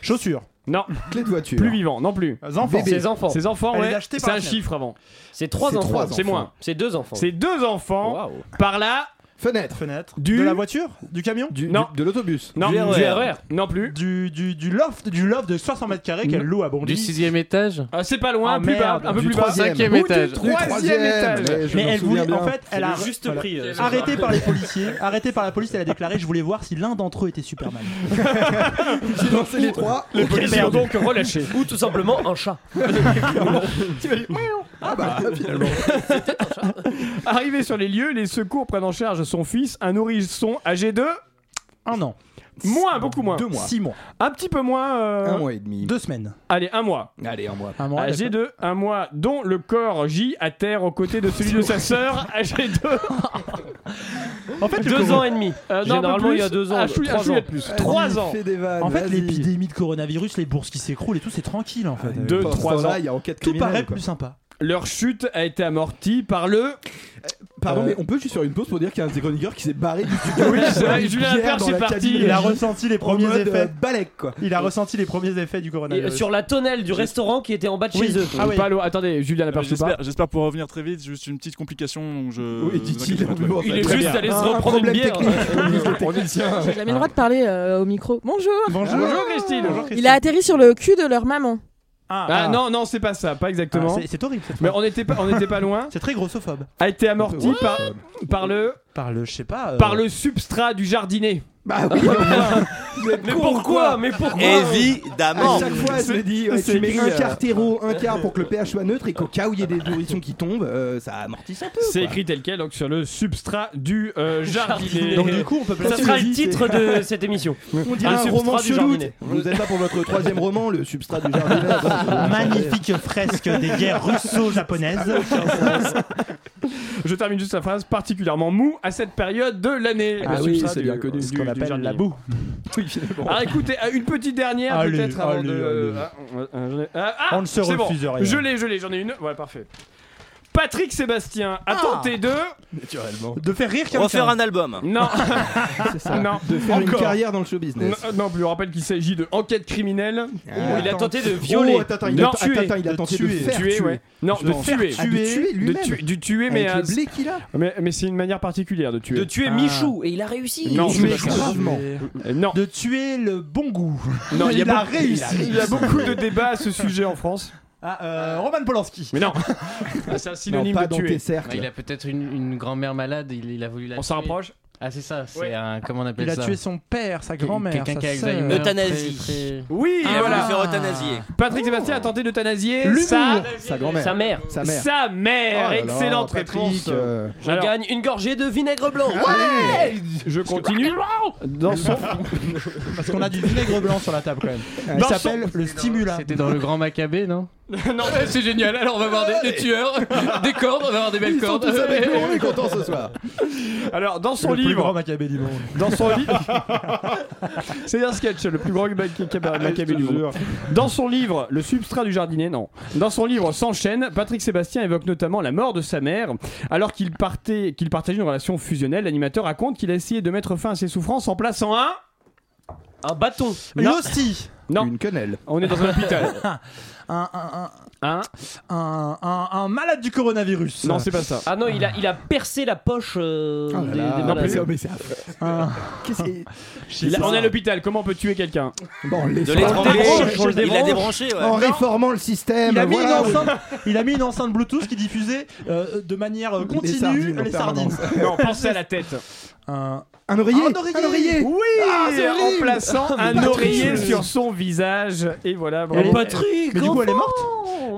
Chaussures.
Non,
Clé de voiture.
plus vivant, non plus.
Les enfants.
Ses enfants. Ses enfants,
Elle
ouais.
les a achetés
C'est
par
un
la fenêtre.
chiffre avant.
C'est trois
C'est trois
enfants.
enfants. C'est moins.
C'est deux enfants.
Ses deux enfants
Waouh.
par là.
Fenêtre.
Fenêtre.
Du-
De la voiture Du camion
Du,
Non.
du- de l'autobus.
Non, E
Du RER.
Non plus.
du, du, du loft du loft de 60 mètres carrés qu'elle loue à
Du
Bondy.
sixième étage
Ah, c'est pas loin,
Ah,
plus bas,
merde.
un peu
Du
plus bas.
troisième.
Cinquième
Ou
étage.
du
Du
troisième, étage.
mais je
Mais
m'en
elle
souviens
voulait en
bien.
fait, elle a
juste pris. euh,
arrêtée par les policiers, arrêtée par la police, elle a déclaré "Je voulais voir si l'un d'entre eux était Superman."
J'ai lancé les trois.
Les policiers ont donc relâché.
Ou tout simplement un chat.
Ah bah finalement.
Arrivés sur les lieux, les secours prennent en charge son fils, un nourrisson âgé de
Un an,
moins, beaucoup moins.
Deux mois.
six mois,
Un petit peu moins. euh,
Un mois et demi.
deux semaines,
Allez, un mois.
Allez, un mois.
un mois.
âgé de un mois, dont le corps J à terre aux côtés de celui de sa sœur, âgé de
En fait, le
Deux
corona-
ans et demi.
Euh, non, un peu
Généralement, il y a
plus.
deux ans.
Ah, je suis- ah, je
trois
suis
ans.
à plus. Trois
Vas-y,
ans.
Fais des vannes.
En fait,
vas-y.
l'épidémie de coronavirus, les bourses qui s'écroulent et tout, c'est tranquille en fait.
Deux,
Pendant Ah, ce
trois
temps-là,
ans.
Il y a enquête
Tout
criminelle.
paraît
quoi. Euh,
plus sympa.
Leur chute a été amortie par le.
Euh,
Pardon, mais on peut juste faire une pause pour dire qu'il y a un des chroniqueurs qui s'est barré du studio.
Oui, c'est vrai,
Une
Julien
pierre
Lepers
dans
est
la
parti.
cabine.
Il a ressenti les
En
premiers
mode,
effets.
euh, Balek, quoi.
Il a ressenti les premiers effets du
Et
coronavirus.
sur la tonnelle du restaurant qui était en bas de
Oui.
chez eux.
Ah oui. Pas loin.
Attendez, Julien
Euh,
Laperche
J'espère j'espère pouvoir revenir très vite, juste une petite complication. donc Je...
Oui, dit-il.
vous inquiétez pas,
Bon,
tout va bien.
Il est bah, Très juste bien. allé se Un reprendre problème une bière.
On dit tiens.
J'ai jamais le droit de parler euh, au micro. Bonjour.
Bonjour.
Bonjour, Christine.
Il a atterri sur le cul de leur maman.
Ah, non, non, c'est pas ça, pas exactement.
Ah, c'est- c'est horrible, cette
Mais on n'était pas, on n'était pas loin.
C'est très grossophobe.
A été amorti
Ouais.
par, par le.
Par le, je sais pas. euh,
Par le substrat du jardinier.
Bah
oui. mais, pourquoi Mais pourquoi
À chaque fois, je me dis, ouais, tu mets un
euh,
quart terreau, un quart pour que le pH soit neutre et qu'au cas où il y ait des nourrissons qui tombent, euh, ça amortisse un peu.
C'est
quoi.
écrit tel quel, donc sur le substrat du euh, jardinier.
Donc, du coup, on peut
Ça
placer
sera
les
le
idées.
titre de cette émission.
On dirait un
substrat
roman
du
chelou.
jardinet.
Vous êtes là pour votre troisième roman, le substrat du hein. jardin.
Magnifique fresque des guerres russo-japonaises.
Je termine juste la phrase particulièrement mou à cette période de l'année.
Ah
Le
oui,
substrat
c'est
du-
bien connu, ce
du-
qu'on
du
appelle la
jardinier.
boue.
Ah,
Alors écoutez, euh, une petite dernière
Allez,
peut-être avant
allez,
de. euh,
allez.
ah, on- euh, j'en ai- ah, ah,
On ne se
c'est bon.
refuse rien.
Je l'ai, je l'ai, j'en ai une. Voilà, parfait. Patrick Sébastien a
Ah.
tenté de.
Naturellement.
De faire rire quelqu'un.
Refaire un
album.
Non.
C'est ça.
Ah Non.
De faire une
Encore.
carrière dans le show business.
Non, euh, non, plus, on rappelle qu'il s'agit de enquête criminelle.
Ah.
il a tenté de
Oh,
violer.
attends, attends, il
non,
a- attends,
tuer.
attends, il a tenté de faire tuer.
ouais. Non, de
Genre,
tuer.
faire Ah, de tuer. tuer
De
lui-même.
tuer- du tuer, mais.
Avec
à- Ah,
le blé qu'il a.
Mais, mais c'est une manière particulière de tuer.
De tuer
Ah.
Michou et il a réussi.
Non,
Mais
c'est pas ça.
gravement.
Euh, non.
De tuer le bon goût.
Non, il y a,
a
beaucoup-
réussi.
Il y a beaucoup de débats à ce sujet en France.
Ah, euh, Roman Polanski.
Mais non.
Ah,
c'est un synonyme de tuer.
Ouais, il a peut-être une, une grand-mère malade, il, il a voulu la
On s'en
tuer.
rapproche
Ah, c'est ça, c'est un. Comment on appelle
Il a
ça
tué son père, sa
Quel-
grand-mère.
quelqu'un
sa
qui a
sœur.
Alzheimer, Euthanasie. très- très-
Oui,
Ah, il a
voilà.
voulu faire euthanasier.
Patrick Sébastien a tenté d'euthanasier
L'humour.
sa...
Sa grand-mère.
Sa mère.
Sa mère.
Sa mère.
Oh là là,
Excellente
Patrick,
réponse.
euh,
Je
Alors,
gagne une gorgée de vinaigre blanc.
Ouais je continue. Dans son...
Parce qu'on a du vinaigre blanc sur la table quand même. Il
Dans
s'appelle le stimula.
C'était dans le grand Maccabée, non
non, mais c'est génial. Alors, on va voir des, des tueurs, des cordes, on va voir des belles cordes.
contents ce soir.
Alors, dans son
Le plus grand
livre.
Maccabée du monde.
Dans son livre. C'est un sketch, le plus grand Mac-
Ah,
Mac- Maccabée du monde. Dans son livre, Le substrat du jardinier, non. Dans son livre S'enchaîne, Patrick Sébastien évoque notamment la mort de sa mère. Alors qu'il partait, qu'il partageait une relation fusionnelle, l'animateur raconte qu'il a essayé de mettre fin à ses souffrances en plaçant un.
Un bâton.
Une
Non.
hostie.
Non.
Une quenelle.
On est dans un hôpital.
un, un, un,
Hein
un, un- un malade du coronavirus.
Non, c'est pas ça.
Ah non, il a, il a percé la poche euh,
Oh là
des,
là.
des
Non,
malades.
mais c'est- mais c'est affreux. Ah.
Un-
Qu'est-ce qui-
Là,
sais
on est à
pas.
l'hôpital, comment on peut tuer quelqu'un
Bon,
De
les-
l'étrangler.
débranche, on le
Il a
débranche.
débranché, ouais.
En réformant le système.
Il a, mis une
voilà, oui.
enceinte, il a mis une enceinte Bluetooth qui diffusait euh, de manière euh, continue les
sardines
sardines.
en permanence.
Non, pensez à la tête. Ah,
Un,
Un oreiller.
Un oreiller.
Oui
Ah, c'est
En
horrible.
plaçant
Ah,
un
mais
oreiller
Patrick.
sur son visage. Et voilà,
Elle est-
bravo.
Mais du coup, elle est morte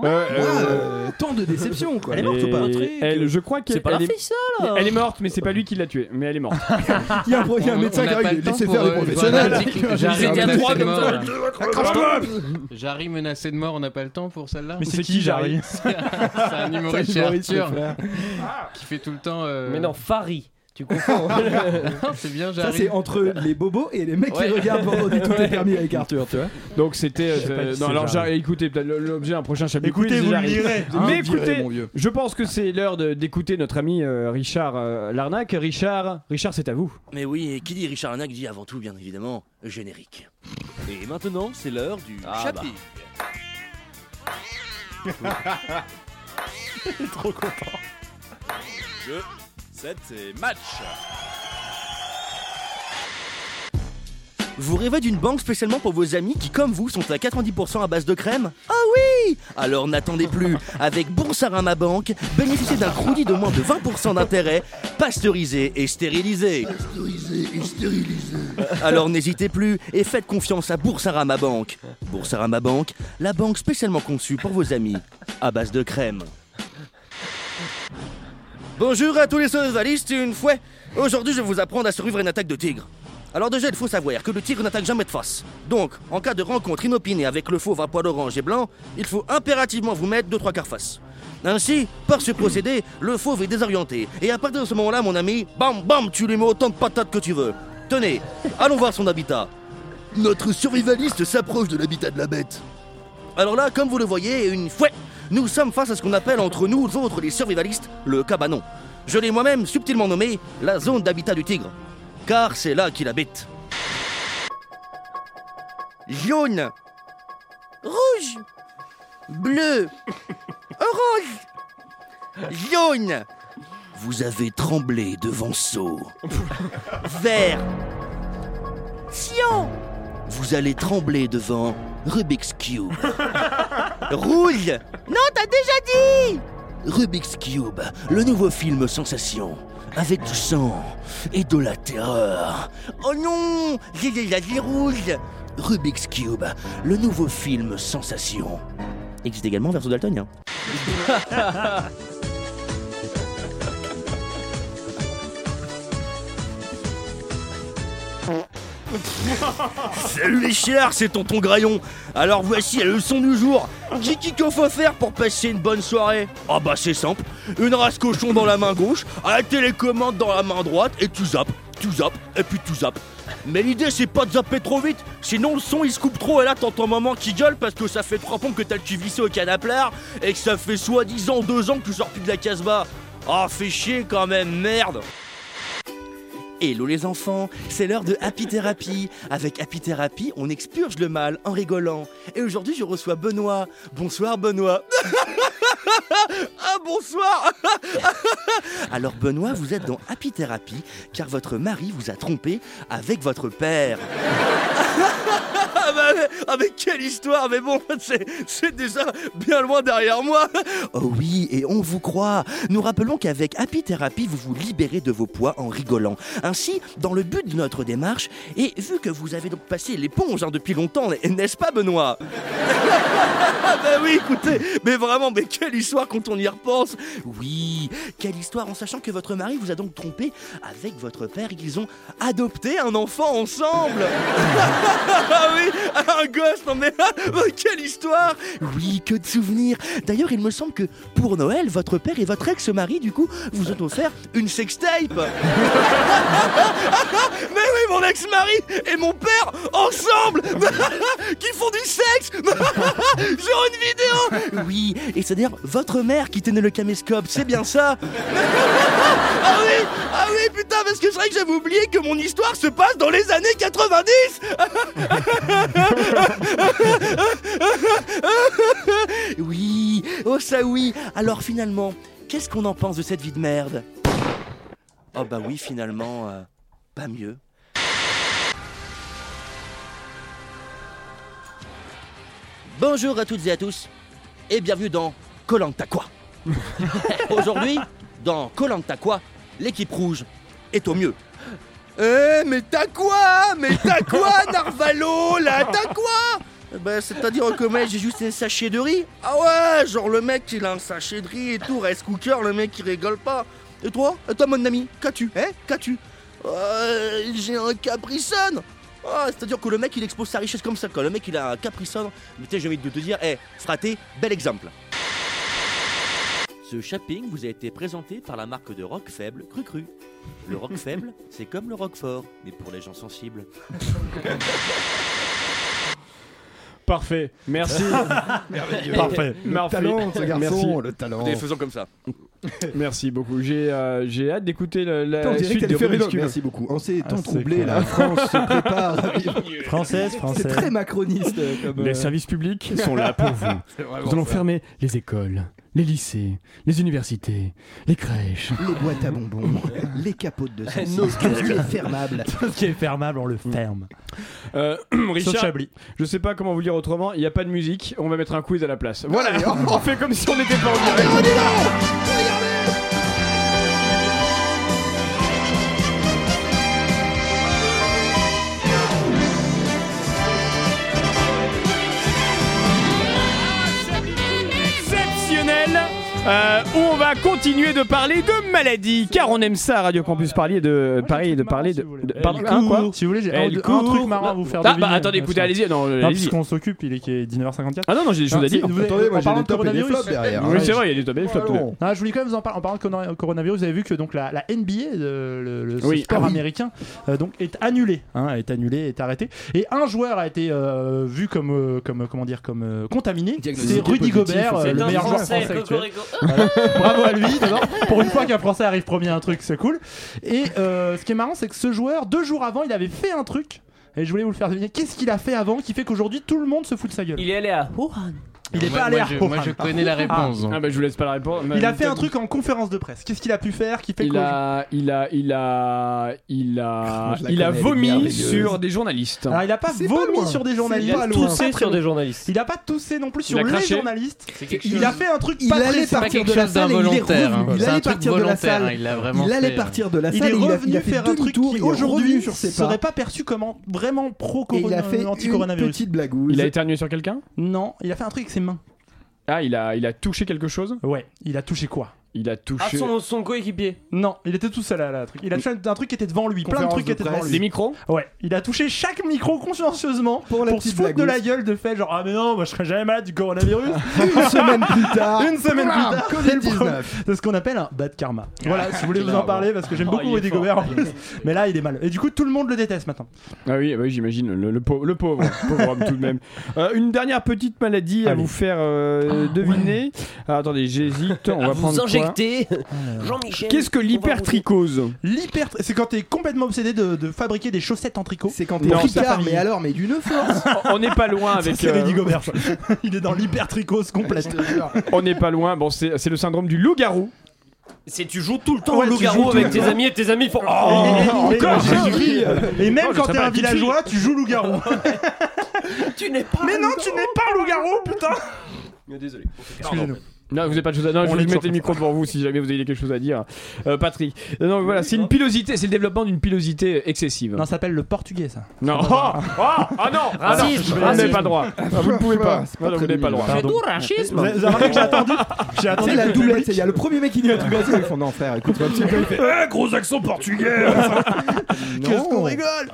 Euh, euh,
Euh, Tant de déception quoi.
Elle est morte ou pas
et elle, Je crois qu'elle
C'est pas la
elle est,
fille, ça, là.
elle est morte, mais c'est pas lui qui l'a tuée. Mais elle est morte.
Il y a un, Oh, il y a un
On-
médecin
on
qui
n'a pas
arrive.
le temps
Laissez
pour,
faire les
euh, voir
professionnels.
l'article que
Ils
Jarry
étaient à
menacé
trois
de
comme
mort,
ça.
là.
Accroche-toi.
Jarry menacé de mort, on n'a pas le temps pour celle-là
Mais c'est
c'est
qui
qui,
Jarry
C'est un humoriste chez
humoriste,
Arthur
le frère.
qui fait tout le temps. euh,
Mais non, Fari. Tu comprends
non, c'est bien
Ça
Jarry.
c'est entre les bobos et les mecs
Ouais.
qui regardent vendredi tout est permis avec Arthur, tu vois.
Donc c'était.
sais pas
euh,
qui
non,
c'est,
alors
Jarry.
j'ai- écoutez, peut-être l'objet un prochain chapitre.
Écoutez,
quiz,
vous le
Jarry.
lirez.
Vous
Mais
me direz,
écoutez,
mon vieux.
je pense que c'est l'heure de- d'écouter notre ami euh, Richard euh, Larnac. Richard, Richard, c'est à vous.
Mais oui, et qui dit Richard Larnac dit avant tout, bien évidemment, générique. Et maintenant, c'est l'heure du
Ah,
chapitre.
Ah, bah.
bah. trop content. Jeu, 7 et match.
Vous rêvez d'une banque spécialement pour vos amis qui, comme vous, sont à 90% à base de crème Ah oui Alors n'attendez plus. Avec Bon Sarin Ma Banque, bénéficiez d'un crédit de moins de 20% d'intérêt, pasteurisé et stérilisé. Alors n'hésitez plus et faites confiance à Boursorama Banque. Boursorama Banque, la banque spécialement conçue pour vos amis, à base de crème. Bonjour à tous les survivalistes, une fois. Aujourd'hui, je vais vous apprendre à survivre à une attaque de tigre. Alors déjà, il faut savoir que le tigre n'attaque jamais de face. Donc, en cas de rencontre inopinée avec le fauve à poil orange et blanc, il faut impérativement vous mettre deux trois quarts face. Ainsi, par ce procédé, le fauve est désorienté. Et à partir de ce moment-là, mon ami, bam bam, tu lui mets autant de patates que tu veux. Tenez, allons voir son habitat. Notre survivaliste s'approche de l'habitat de la bête. Alors là, comme vous le voyez, une fouette nous sommes face à ce qu'on appelle entre nous autres les survivalistes le cabanon. Je l'ai moi-même subtilement nommé la zone d'habitat du tigre, car c'est là qu'il habite. Jaune, rouge, bleu, orange, jaune. Vous avez tremblé devant Sceaux. Vert. Sion. Vous allez trembler devant Rubik's Cube. Rouge. Non, t'as déjà dit Rubik's Cube, le nouveau film sensation. Avec du sang et de la terreur. Oh non J'ai déjà dit rouge Rubik's Cube, le nouveau film sensation. Existe également verso daltonien. Salut les chiards, c'est Tonton Graillon. Alors voici la leçon du jour. Kiki, qu'il faut faire pour passer une bonne soirée Ah bah c'est simple. Une race cochon dans la main gauche, à la télécommande dans la main droite et tu zappes, tu zappes et puis tu zappes. Mais l'idée c'est pas de zapper trop vite, sinon le son il se coupe trop et là t'entends maman qui gueule parce que ça fait trois pompes que t'as le cul vissé au canaplar et que ça fait soi-disant deux ans que tu sors plus de la casbah. Ah fais chier quand même, merde Hello les enfants, c'est l'heure de Happy Therapy. Avec Happy Therapy, on expurge le mal en rigolant. Et aujourd'hui, je reçois Benoît. Bonsoir Benoît. ah bonsoir Alors Benoît, vous êtes dans Happy Therapy car votre mari vous a trompé avec votre père. Ah bah, ah mais quelle histoire, mais bon, c'est- c'est déjà bien loin derrière moi. Oh oui, et on vous croit. Nous rappelons qu'avec Happy Therapy, vous vous libérez de vos poids en rigolant. Ainsi, dans le but de notre démarche, et vu que vous avez donc passé l'éponge hein, depuis longtemps, n'est-ce pas Benoît ah bah oui, écoutez, mais vraiment, mais quelle histoire quand on y repense Oui, quelle histoire en sachant que votre mari vous a donc trompé avec votre père et qu'ils ont adopté un enfant ensemble Ah oui, un gosse, non mais, mais quelle histoire Oui, que de souvenirs D'ailleurs, il me semble que pour Noël, votre père et votre ex-mari, du coup, vous ont offert une sextape mais oui, mon ex-mari et mon père, ensemble, qui font du sexe Genre une vidéo Oui, et c'est-à-dire votre mère qui tenait le caméscope, c'est bien ça Ah oui Ah oui, putain, parce que c'est vrai que j'avais oublié que mon histoire se passe dans les années 90 Oui, oh ça oui Alors finalement, qu'est-ce qu'on en pense de cette vie de merde Oh bah oui, finalement, euh, pas mieux. Bonjour à toutes et à tous et bienvenue dans Colanta quoi. Aujourd'hui, dans Colanta quoi, l'équipe rouge est au mieux. Eh mais t'as quoi Mais t'as quoi Narvalo là T'as quoi Eh ben, c'est-à-dire que moi j'ai juste un sachet de riz Ah ouais, genre le mec il a un sachet de riz et tout, reste cooker, le mec il rigole pas. Et toi Et toi mon ami, qu'as-tu Hein Qu'as-tu Euh, J'ai un capricone ah, c'est-à-dire que le mec il expose sa richesse comme ça, quoi. Le mec il a un capricone. Mais tu sais, j'ai envie de te dire, hé, fraté, bel exemple. Ce shopping vous a été présenté par la marque de rock faible Cru Cru. Le rock faible, c'est comme le rock fort, mais pour les gens sensibles.
Parfait, merci.
Merveilleux.
Parfait.
Le
Merci.
talent, ce garçon,
Merci.
le talent.
Écoutez,
faisons comme ça.
Merci beaucoup. J'ai euh, j'ai hâte d'écouter la, la
Putain, on dirait que
suite
t'allais
de
faire une
Rubik's
autre.
Cube.
Merci beaucoup. On s'est
Ah,
tant
c'est
troublé
clair.
là. France se prépare. à vivre.
Française, française.
C'est très macroniste. euh, Comme,
Les
euh,
services publics sont là pour vous.
C'est vraiment
Nous allons
ça.
fermer les écoles, les lycées, les universités, les crèches. Eh,
Les boîtes à bonbons, les capotes de saucisses,
Nos
tout ce qui
gueules.
est fermable.
Tout ce qui est fermable, on le ferme.
Euh, Richard,
Chablis.
je sais pas comment vous le dire autrement, il n'y a pas de musique, on va mettre un quiz à la place. Voilà,
Allez,
on fait comme si on n'était pas en direct.
Ah,
exceptionnel euh, où on va va continuer de parler de maladies, car on aime ça à Radio Campus Parlier de Paris, de parler de. de- pardon, hein, quoi
Si vous voulez, j'ai un,
Elle
un truc
court.
marrant à vous faire
Ah,
deviner.
bah attendez, écoutez, allez-y. Non,
Non,
allez-y.
parce qu'on s'occupe, il est, qui est 19h54.
Ah non, non, j'ai des choses à
si,
dire.
vous avez-
Attendez, moi,
en
j'ai
parlant
des
de
tops et des
coronavirus-
flops derrière. hein. Ah, Oui, c'est vrai, il y a des tops et des flops, tout à l'heure.
Non, je voulais quand même vous en parler. En parlant de corona- coronavirus, vous avez vu que donc la, la NBA, euh, le, le ce
Oui.
sport
Ah oui.
américain, euh, donc est annulé, hein, est annulé, est arrêté. Et un joueur a été euh, vu comme, euh, comme comment dire, comme euh, contaminé.
Diagnostiqué
C'est Rudy
positif,
Gobert, euh,
c'est
le
un
meilleur joueur
Français,
français actuel.
cocorico.
Voilà. Bravo à lui. d'abord. Pour une fois qu'un Français arrive premier à un truc, c'est cool. Et euh, ce qui est marrant, c'est que ce joueur, deux jours avant, il avait fait un truc. Et je voulais vous le faire deviner. Qu'est-ce qu'il a fait avant qui fait qu'aujourd'hui tout le monde se fout de sa gueule
Il est allé à Wuhan.
Il est
Moi-
pas allé
moi,
à
je-
Wuhan.
moi, je connais la réponse, donc. Ah, bah, je vous laisse pas la réponse.
Il a fait un truc en conférence de presse. Qu'est-ce qu'il a pu faire qui fait
Il
qu'aujourd'hui-
a, il a, il a, il a,
je la
il a
connais, elle est
vomi
merveilleuse.
sur des journalistes.
Alors il a pas vomi sur des journalistes.
Il a toussé sur des journalistes.
Il a pas toussé non plus
Il
sur
a
les
craché.
journalistes.
C'est quelque
Il
chose-
a fait un truc
Il
pas
allait
très
partir
sympa.
de la salle et il est
d'involontaire, hein.
revenu. Il
C'est un
allait
truc
partir de la
volontaire,
salle.
hein, il l'a vraiment
Il allait
fait,
partir de la
Il est
salle. et a-
revenu
il a fait
faire un truc
demi-tour,
qui
il est revenu
aujourd'hui
sur ses
serait
pas.
pas perçu comme en- vraiment pro
Et il a fait une
anti-coronavirus.
petite blagouze.
Il a éternué sur quelqu'un
Non, il a fait un truc avec ses mains.
Ah, il a, il a touché quelque chose
Ouais, il a touché quoi Ah,
Il a touché.
coéquipier Non, il était tout seul à la truc. Il a touché un truc qui était devant lui, plein de
Conférence
trucs qui
de
étaient devant
presse.
lui.
Des micros
Ouais, il a touché chaque micro consciencieusement pour, se
petite
foutre de la
blagouse.
gueule de fait genre ah mais non, moi je serai jamais malade du coronavirus.
Une semaine plus tard.
Une semaine plus
Bam,
tard, c'est le
Covid-19.
problème. C'est ce qu'on appelle un bad karma. Voilà, si vous voulez vous en
Clairement.
parler parce que j'aime
Ah, Oh,
beaucoup
il est
Rudy
fort. Euh,
Gobert en plus. Mais là, il est mal. Et du coup, tout le monde le déteste maintenant.
Ah oui, bah oui, j'imagine le, le pauvre, le pauvre, pauvre homme tout de même. Euh, une dernière petite maladie à vous faire euh, deviner. Ah, attendez, j'hésite. On va prendre quoi
Jean-Michel.
Qu'est-ce que l'hypertrichose
L'hyper c'est quand t'es complètement obsédé de, de fabriquer des chaussettes en tricot. C'est quand
t'es Ricard, mais
alors, mais d'une force.
On n'est pas loin avec.
C'est
euh,
Rudy Gobert. ça. Il est dans l'hyper tricose complète.
On n'est pas loin. Bon, c'est c'est le syndrome du loup-garou.
C'est tu joues tout le temps
Ouais,
au
tu joues
loup-garou
tout
avec
le
tes
temps.
amis et tes amis font. Oh,
Et- et- et-
encore
et-
Jésus-Christ.
Et même
Non, je
quand
serais
t'es
pas
un
la petite fille.
villageois, tu joues loup-garou.
tu n'es pas.
Mais non, tu n'es pas loup-garou, putain
Désolé.
Excusez-nous. Non, vous n'avez pas de choses à dire. Je
On
vais
est
vous mettre
toujours
les micros devant vous si jamais vous avez quelque chose à dire. Euh, Patrick. Euh, Non, voilà, c'est une pilosité, c'est le développement d'une pilosité euh, excessive.
Non, ça s'appelle le portugais, ça.
Non. Oh, oh, ah non,
Racisme,
Vous n'avez
racisme.
pas droit. Ah, Vous ne pouvez pas. Voilà, Vous n'avez pas le droit.
Pardon.
racisme.
Vous avez- vous avez remarqué que j'ai attendu J'ai attendu
C'est
que
la
le
doublette.
public-
Il y a le premier mec qui dit un truc comme ça. Ils font non, frère, écoute-moi un petit peu. Il fait,
Eh, gros accent portugais hein. Qu'est-ce qu'on rigole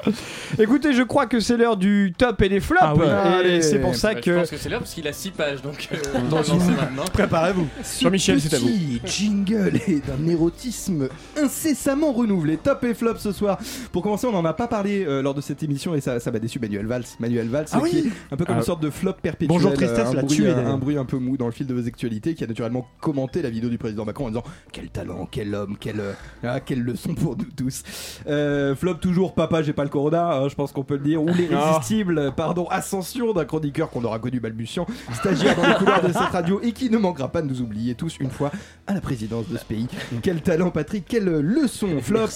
Écoutez, je crois que c'est l'heure du top et des flops.
Ah oui.
Et
Allez.
c'est pour ça
Bah,
que.
Je pense que c'est là parce qu'il a 6 pages donc. euh, on
Dans
va
une-
lancer maintenant.
Préparez-vous.
Jean-Michel, c'est à vous.
Petit jingle et d'un érotisme incessamment renouvelé. Top et flop ce soir. Pour commencer, on n'en a pas parlé euh, lors de cette émission et ça, ça m'a déçu Manuel Valls. Manuel Valls,
Ah
euh, qui
oui.
est un peu comme
Ah.
une sorte de flop perpétuel.
Bonjour
euh,
Tristesse
un
l'a
bruit,
tué,
Un,
d'ailleurs.
un bruit un peu mou dans le fil de vos actualités qui a naturellement commenté la vidéo du président Macron en disant Quel talent, quel homme, quelle, euh, ah, quelle leçon pour nous tous. Euh, flop toujours, papa, j'ai pas le corona, hein, je pense qu'on peut le dire. Ou l'irrésistible, euh, pardon, ascension d'un chroniqueur qu'on aura connu balbutiant, stagiaire dans les couloirs de cette radio et qui ne manquera pas de nous oublier tous une fois à la présidence de ce pays. Quel talent, Patrick, quelle euh, leçon, flop.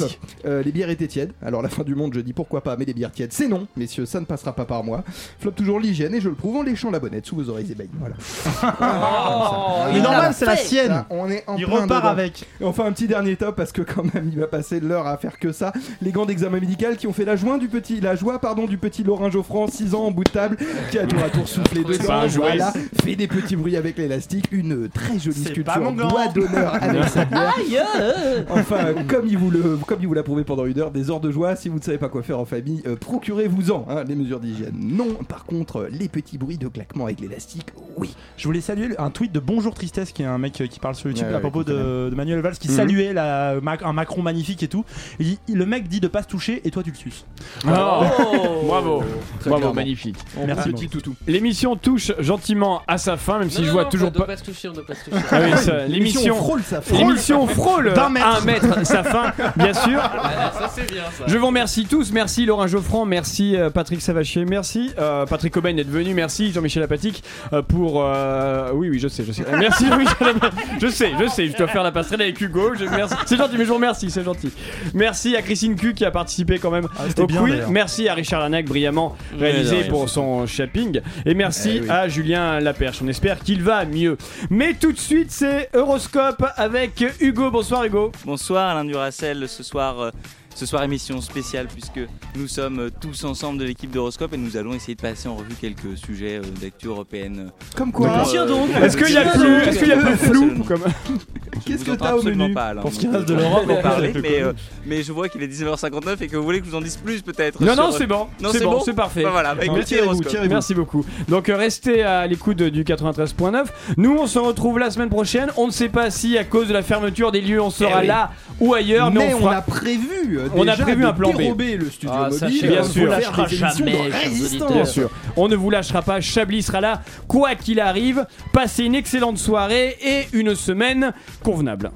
Euh, les bières étaient tièdes, alors la fin du monde, je dis pourquoi pas, mais les bières tièdes, c'est non, messieurs, ça ne passera pas par moi. Flop toujours l'hygiène et je le prouve en léchant la bonnette sous vos oreilles ébahies. Voilà.
Mais
Il
normal,
l'a
c'est la
fait.
sienne.
Ça, on est en
Il
plein
repart
dedans.
avec.
Et enfin, un petit dernier top parce que quand même, il va passer l'heure à faire que ça. Les gants d'examen médical qui ont fait la joie du petit, la joie, pardon, du petit Laurent Geoffrand, 6 ans en bout de table, qui a tour à tour soufflé
Ah, C'est pas
dedans.
un jouet.
Voilà, fait des petits bruits avec l'élastique, une très jolie
C'est
sculpture
pas mon
en
gant.
doigt d'honneur avec sa bière. Enfin, euh, comme il vous le, comme il vous l'a prouvé pendant une heure, des heures de joie. Si vous ne savez pas quoi faire en famille, euh, procurez-vous-en hein, les mesures d'hygiène. Non, par contre, les petits bruits de claquement avec l'élastique, oui.
Je voulais saluer le- un tweet de Bonjour Tristesse qui est un mec euh, qui parle sur YouTube
Ouais,
à
ouais,
propos
qu'on
de, de Manuel Valls qui
Mhm.
saluait la- Ma- un Macron magnifique et tout. Il dit- il- le mec dit de pas se toucher et toi tu le suces.
Oh, bravo,
Très
bravo,
clairement.
magnifique.
On Merci, petit beaucoup.
toutou.
L'émission touche gentiment à sa fin, même si
Non,
je
non,
vois
non,
toujours
on doit
pas.
pas se toucher, on doit pas se toucher.
Ah oui, ça, l'émission
frôle sa fin.
L'émission frôle
D'un mètre.
un mètre sa fin, bien sûr.
Ah, ça c'est bien ça.
Je vous remercie tous. Merci Laurent Geoffran, merci euh, Patrick Savachier, merci euh, Patrick Cobain d'être venu, merci Jean-Michel Apatique euh, pour. euh, oui, oui, je sais, je sais. Euh, Merci Jean-Michel Apatique. Je sais, je sais, je dois faire la passerelle avec Hugo. je- merci. C'est gentil, mais je vous remercie, c'est gentil. Merci à Christine Q qui a participé quand même
c'était
au
bien,
quiz.
d'ailleurs.
Merci à Richard Lanac, brillamment réalisé
oui,
pour son shopping. Et merci
Eh oui.
à Julien Laperche. On espère qu'il va mieux. Mais tout de suite, c'est Euroscope avec Hugo. Bonsoir Hugo.
Bonsoir Alain Duracel, ce soir, euh, ce soir émission spéciale puisque nous sommes euh, tous ensemble de l'équipe d'Horoscope et nous allons essayer de passer en revue quelques sujets euh, d'actu européenne.
Comme quoi
D'accord.
Tiens donc.
Est-ce qu'il y a plus, est-ce qu'il y a plus flou
Barcelone.
comme...
Qu'est-ce que
vous entends
t'as au
absolument
menu
pas, là,
Pour ce
donc,
qui reste de
je vais
l'Europe,
vous
on
parler,
peut
mais,
plus.
euh, mais je vois qu'il est 19h59 et que vous voulez que je vous en dise plus peut-être.
Non,
sur- euh,
non, c'est bon.
Non,
c'est bon, c'est parfait.
Ben voilà, bah, écoutez,
Merci, à vous,
Horoscope.
tirez-vous. Merci beaucoup. Donc, euh, restez à l'écoute de- du 93.9. Nous, on se retrouve la semaine prochaine. On ne sait pas si, à cause de la fermeture des lieux, on sera
Eh oui.
là ou ailleurs. Mais,
Mais
fera-
on a prévu, euh,
On a
déjà
prévu
de
un plan B.
dérober le studio Ah, mobile, sachez
bien
qu'on
sûr.
vous lâchera Des émissions de jamais, chers résistance. auditeurs.
Bien sûr. On ne vous lâchera pas. Chablis sera là, quoi qu'il arrive. Passez une excellente soirée et une semaine convenable.